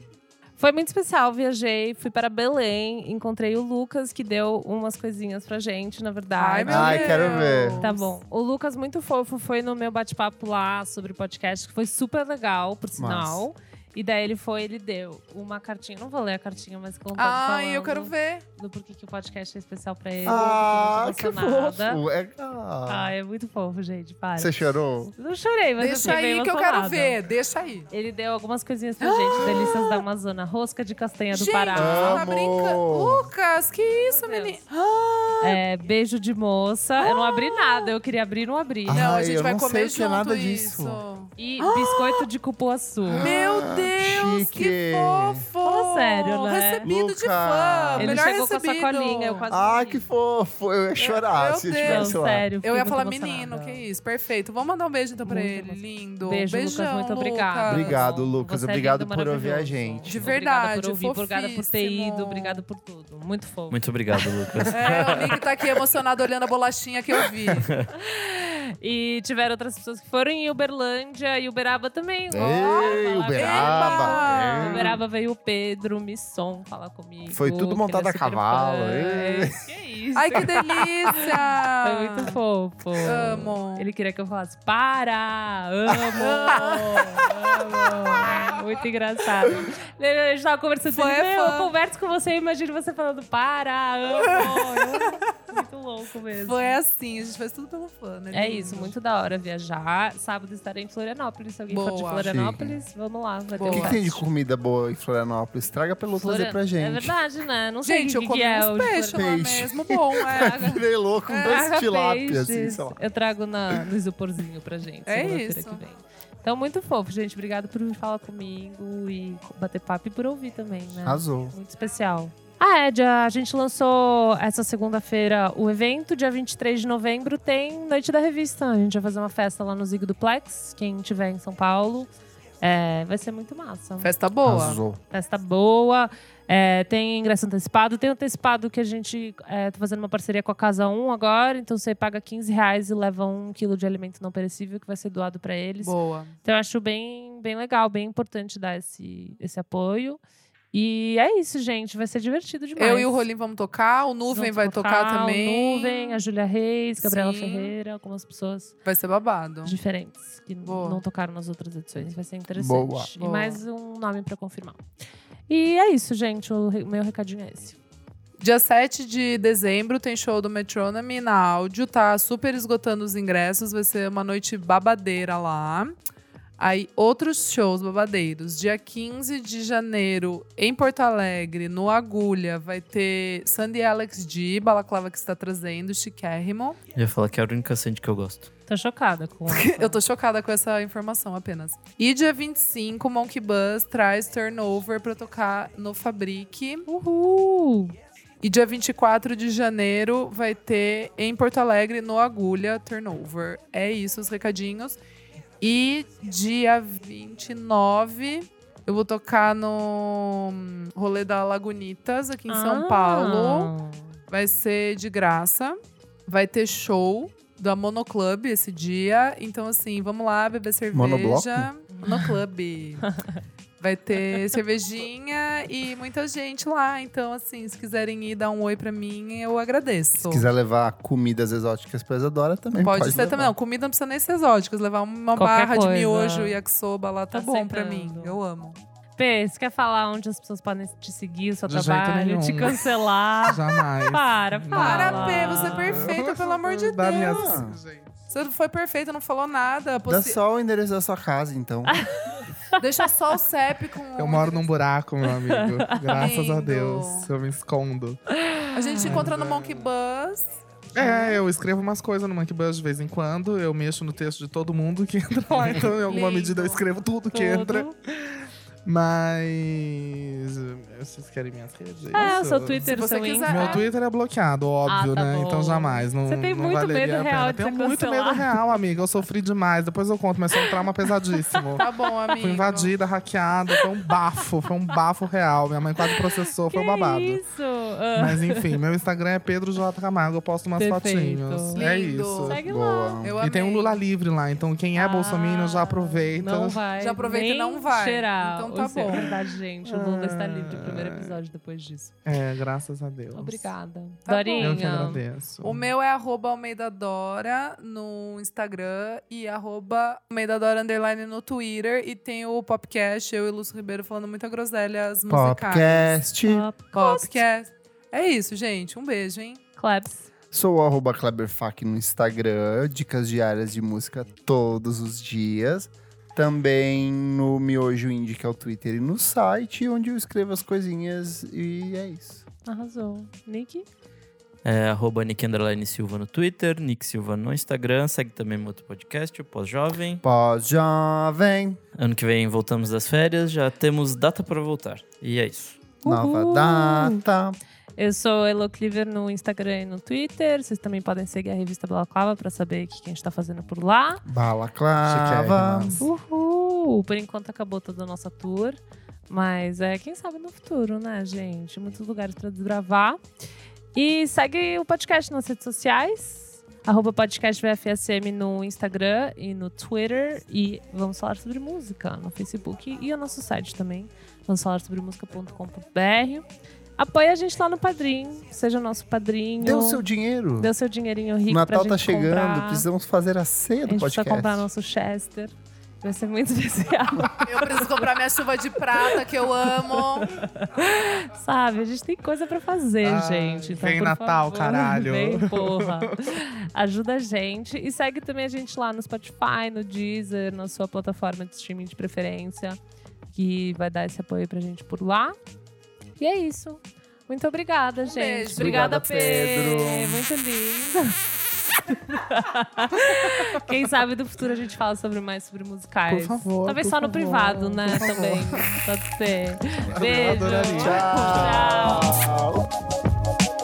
Foi muito especial, viajei, fui para Belém, encontrei o Lucas, que deu umas coisinhas pra gente, na verdade. Ai, meu Ai, Deus. quero ver. então. Tá bom. O Lucas, muito fofo, foi no meu bate-papo lá sobre o podcast, que foi super legal, por sinal. E daí ele foi, ele deu uma cartinha. Não vou ler a cartinha, mas contou Ai, eu então tá falando quero ver. do porquê que o podcast é especial pra ele. Ah, que que eu tô muito emocionada. fofo. É... Ah. Ah, é muito fofo, gente. Para. Você chorou? Não chorei, mas Deixa eu fiquei bem aí que eu quero emocionada. ver. Deixa aí. Ele deu algumas coisinhas pra gente. Delícias da Amazônia. Rosca de castanha do Gente, Pará. você tá Amo. brincando. Lucas, que isso, Meu Deus. menino? Ah, É, beijo de moça. Eu não abri nada. Eu queria abrir, não abri. Ah. não, a Ai, gente eu vai não comer sei o que é junto nada isso. disso. E biscoito de cupuaçu. Meu Ah, Deus, que chique. fofo! Fala sério, né? Recebido de Lucas. fã, Ele melhor chegou com a recebido. sacolinha, eu quase Ah, morri. que fofo. Eu ia chorar Meu se eu Deus. Não, estivesse lá. sério. fiquei Eu ia muito falar, emocionada. menino, que isso, perfeito. Vamos mandar um beijo então pra Muito ele, emocionado. lindo. Beijo, Beijão, Lucas. Muito Lucas. obrigado. Obrigado, Lucas. Você é Obrigado lindo, por ouvir a maravilhoso. gente. De Obrigada por verdade, ouvir, obrigada por ter fofíssimo. ido, obrigada por tudo. Muito fofo. Muito obrigado, Lucas. É, o Nick tá aqui emocionado olhando a bolachinha que eu vi. E tiveram outras pessoas que foram em Uberlândia e Uberaba também. Olha, Ei, falar- Uberaba. Em Ei. Uberaba veio o Pedro Misson falar comigo. Foi tudo que ele montado é a super cavalo, fã. ei. Que isso. Ai, que delícia! Foi muito fofo. Ah. Amo. Ele queria que eu falasse, para, amo, amo. Muito engraçado. Ele- A gente tava conversando, Fã ele, é "Meu, fã." eu converso com você e imagino você falando, para, amo. muito louco mesmo. Foi assim, a gente faz tudo pelo fã, né? É lindo? isso, muito da hora viajar. Sábado estarei em Florianópolis. Se alguém for de Boa. Florianópolis, vamos lá. Vai ter Boa. O que, que tem de um comida boa em Florianópolis? Traga pra Lucas Florian- aí pra É gente. verdade, né? Não sei Gente, o eu que, comi que é uns o de peixes lá Peixe. mesmo, bom. É, Virei louco com Traga dois tilápias, assim, peixes. sei lá. Eu trago na, no isoporzinho pra gente. É segunda-feira isso. Que vem. Então, muito fofo, gente. Obrigado por vir falar comigo e bater papo e por ouvir também, né? Arrasou. Muito especial. Ah, é, dia- a gente lançou essa segunda-feira o evento, dia 23 de novembro tem Noite da Revista. A gente vai fazer uma festa lá no Zigo Duplex, quem tiver em São Paulo. É, vai ser muito massa. Festa boa. Arrasou. Festa boa. É, tem ingresso antecipado. Tem antecipado que a gente é, tá fazendo uma parceria com a Casa 1 agora. Então você paga 15 reais e leva um quilo de alimento não perecível que vai ser doado para eles. Boa. Então eu acho bem, bem legal, bem importante dar esse, esse apoio. E é isso, gente. Vai ser divertido demais. Eu e o Rolim vamos tocar, o Nuvem Vamos vai tocar, o também. Nuvem, a Júlia Reis, Gabriela Sim. Ferreira, algumas pessoas Vai ser babado. diferentes que n- Então. Boa. não tocaram nas outras edições. Vai ser interessante. Boa. E Boa. mais um nome pra confirmar. E é isso, gente. O re- meu recadinho é esse. Dia 7 de dezembro tem show do Metronomy na áudio, tá super esgotando os ingressos, vai ser uma noite babadeira lá. Aí, outros shows babadeiros. Dia 15 de janeiro, em Porto Alegre, no Agulha, vai ter Sandy Alex D, Balaclava que está trazendo, chiquérrimo. Eu ia falar que é a única Sandy que eu gosto. Tô chocada com essa. Eu tô chocada com essa informação apenas. E dia 25, Monkey Bus traz Turnover pra tocar no Fabrique. Uhul! E dia 24 de janeiro vai ter em Porto Alegre, no Agulha, Turnover. É isso, os recadinhos. E dia 29, eu vou tocar no hum, rolê da Lagunitas, aqui em São Ah. Paulo. Vai ser de graça. Vai ter show da Monoclub esse dia. Então, assim, vamos lá beber cerveja. Monobloco? Monoclub. Vai ter cervejinha e muita gente lá. Então, assim, se quiserem ir dar um oi pra mim, eu agradeço. Se quiser levar comidas exóticas pra Isadora, também Pode, pode ser também. Não, comida não precisa nem ser exótica. Levar um- uma Qualquer barra coisa. de miojo e yakisoba lá tá Tá bom pra mim. aceitando. Eu amo. Pê, você quer falar onde as pessoas podem te seguir, o seu De jeito trabalho, te nenhum. cancelar? Jamais. Para, para. Para, lá. Pê, você é perfeita, pelo amor de Dá minha- Deus. Você não foi perfeita, não falou nada. Dá Possi- só o endereço da sua casa, então. Ah, Deixa só o CEP com. É Eu moro num buraco, meu amigo. Graças a Lindo. Deus. Eu me escondo. A gente se encontra Ah. no Monkey Bus. É, eu escrevo umas coisas no Monkeybush de vez em quando. Eu mexo no texto de todo mundo que entra lá. Então, em alguma Lindo. medida, eu escrevo tudo que entra. Mas. Vocês querem minhas redes? É, o Isso? seu Twitter, Se o você seu quiser. Insta. Meu Twitter é bloqueado, óbvio, Ah, tá né? bom. Então jamais. Não, Você tem não muito valeria medo a real pena. de Tenho ser muito medo cancelado. real, amiga. Eu sofri demais. Depois eu conto, mas foi um trauma pesadíssimo. Tá bom, amigo. Fui invadida, hackeada, foi um bafo, foi um bafo real. Minha mãe quase processou, foi um Que babado. Isso! Ah, Mas enfim, meu Instagram é Pedro J. Camargo, eu posto umas Perfeito. fotinhos. É Lindo. isso. Segue lá. Boa. Eu E tem um amei. Lula livre lá, então quem é Ah, bolsominion Então, já aproveita. Não vai. Já aproveita e nem não vai. Cheirar. Então tá Isso é bom. verdade, gente. O Lula está livre. Primeiro episódio depois disso. É, graças a Deus. Obrigada. Tá Eu que Dorinha. agradeço. O meu é arroba Almeida Dora no Instagram e arroba Almeida Dora Underline no Twitter. E tem o podcast, eu e Lúcio Ribeiro falando muita groselhas musicais. Podcast. Podcast. É isso, gente. Um beijo, hein? Claps. Sou o arroba Kleberfac no Instagram, dicas diárias de música todos os dias. Também no Miojo Indie, que é o Twitter, e no site, onde eu escrevo as coisinhas e é isso. Arrasou. Nick? É arroba Nick Underline Silva no Twitter, Nick Silva no Instagram. Segue também meu outro podcast, o Pós-Jovem. Pós-jovem, Ano que vem voltamos das férias, já temos data pra voltar. E é isso. nova Uhul. data. Eu sou Elo Cleaver no Instagram e no Twitter. Vocês também podem seguir a revista Balaclava pra saber o que que a gente tá fazendo por lá. Balaclava. Chiquérrimas. Uhul! Por enquanto acabou toda a nossa tour. Mas é, quem sabe no futuro, né, gente? Muitos lugares pra desbravar. E segue o podcast nas redes sociais. Arroba podcast VFSM no Instagram e no Twitter. E vamos falar sobre música no Facebook e o nosso site também. Vamos falar sobre música.com.br. Apoia a gente lá no Padrim. Seja nosso padrinho. Deu seu dinheiro. Dê o seu dinheirinho rico pra Natal gente tá chegando, comprar. precisamos fazer a ceia A é do gente precisa podcast. comprar nosso Chester. Vai ser muito especial. Eu preciso comprar minha chuva de prata, que eu amo. Sabe, a gente tem coisa pra fazer, Ai, gente. Então, vem por Natal, favor, caralho. Vem, porra. Ajuda a gente. E segue também a gente lá no Spotify, no Deezer, na sua plataforma de streaming de preferência, que vai dar esse apoio pra gente por lá. E é isso. Muito obrigada, gente. beijo. Obrigada, Obrigada, Pedro. Pedro. Muito linda. Quem sabe do futuro a gente fala sobre mais sobre musicais. Por favor, Talvez por só no favor, privado, né? por favor. Também. Pode ser. Beijo. adoraria. Tchau. Tchau.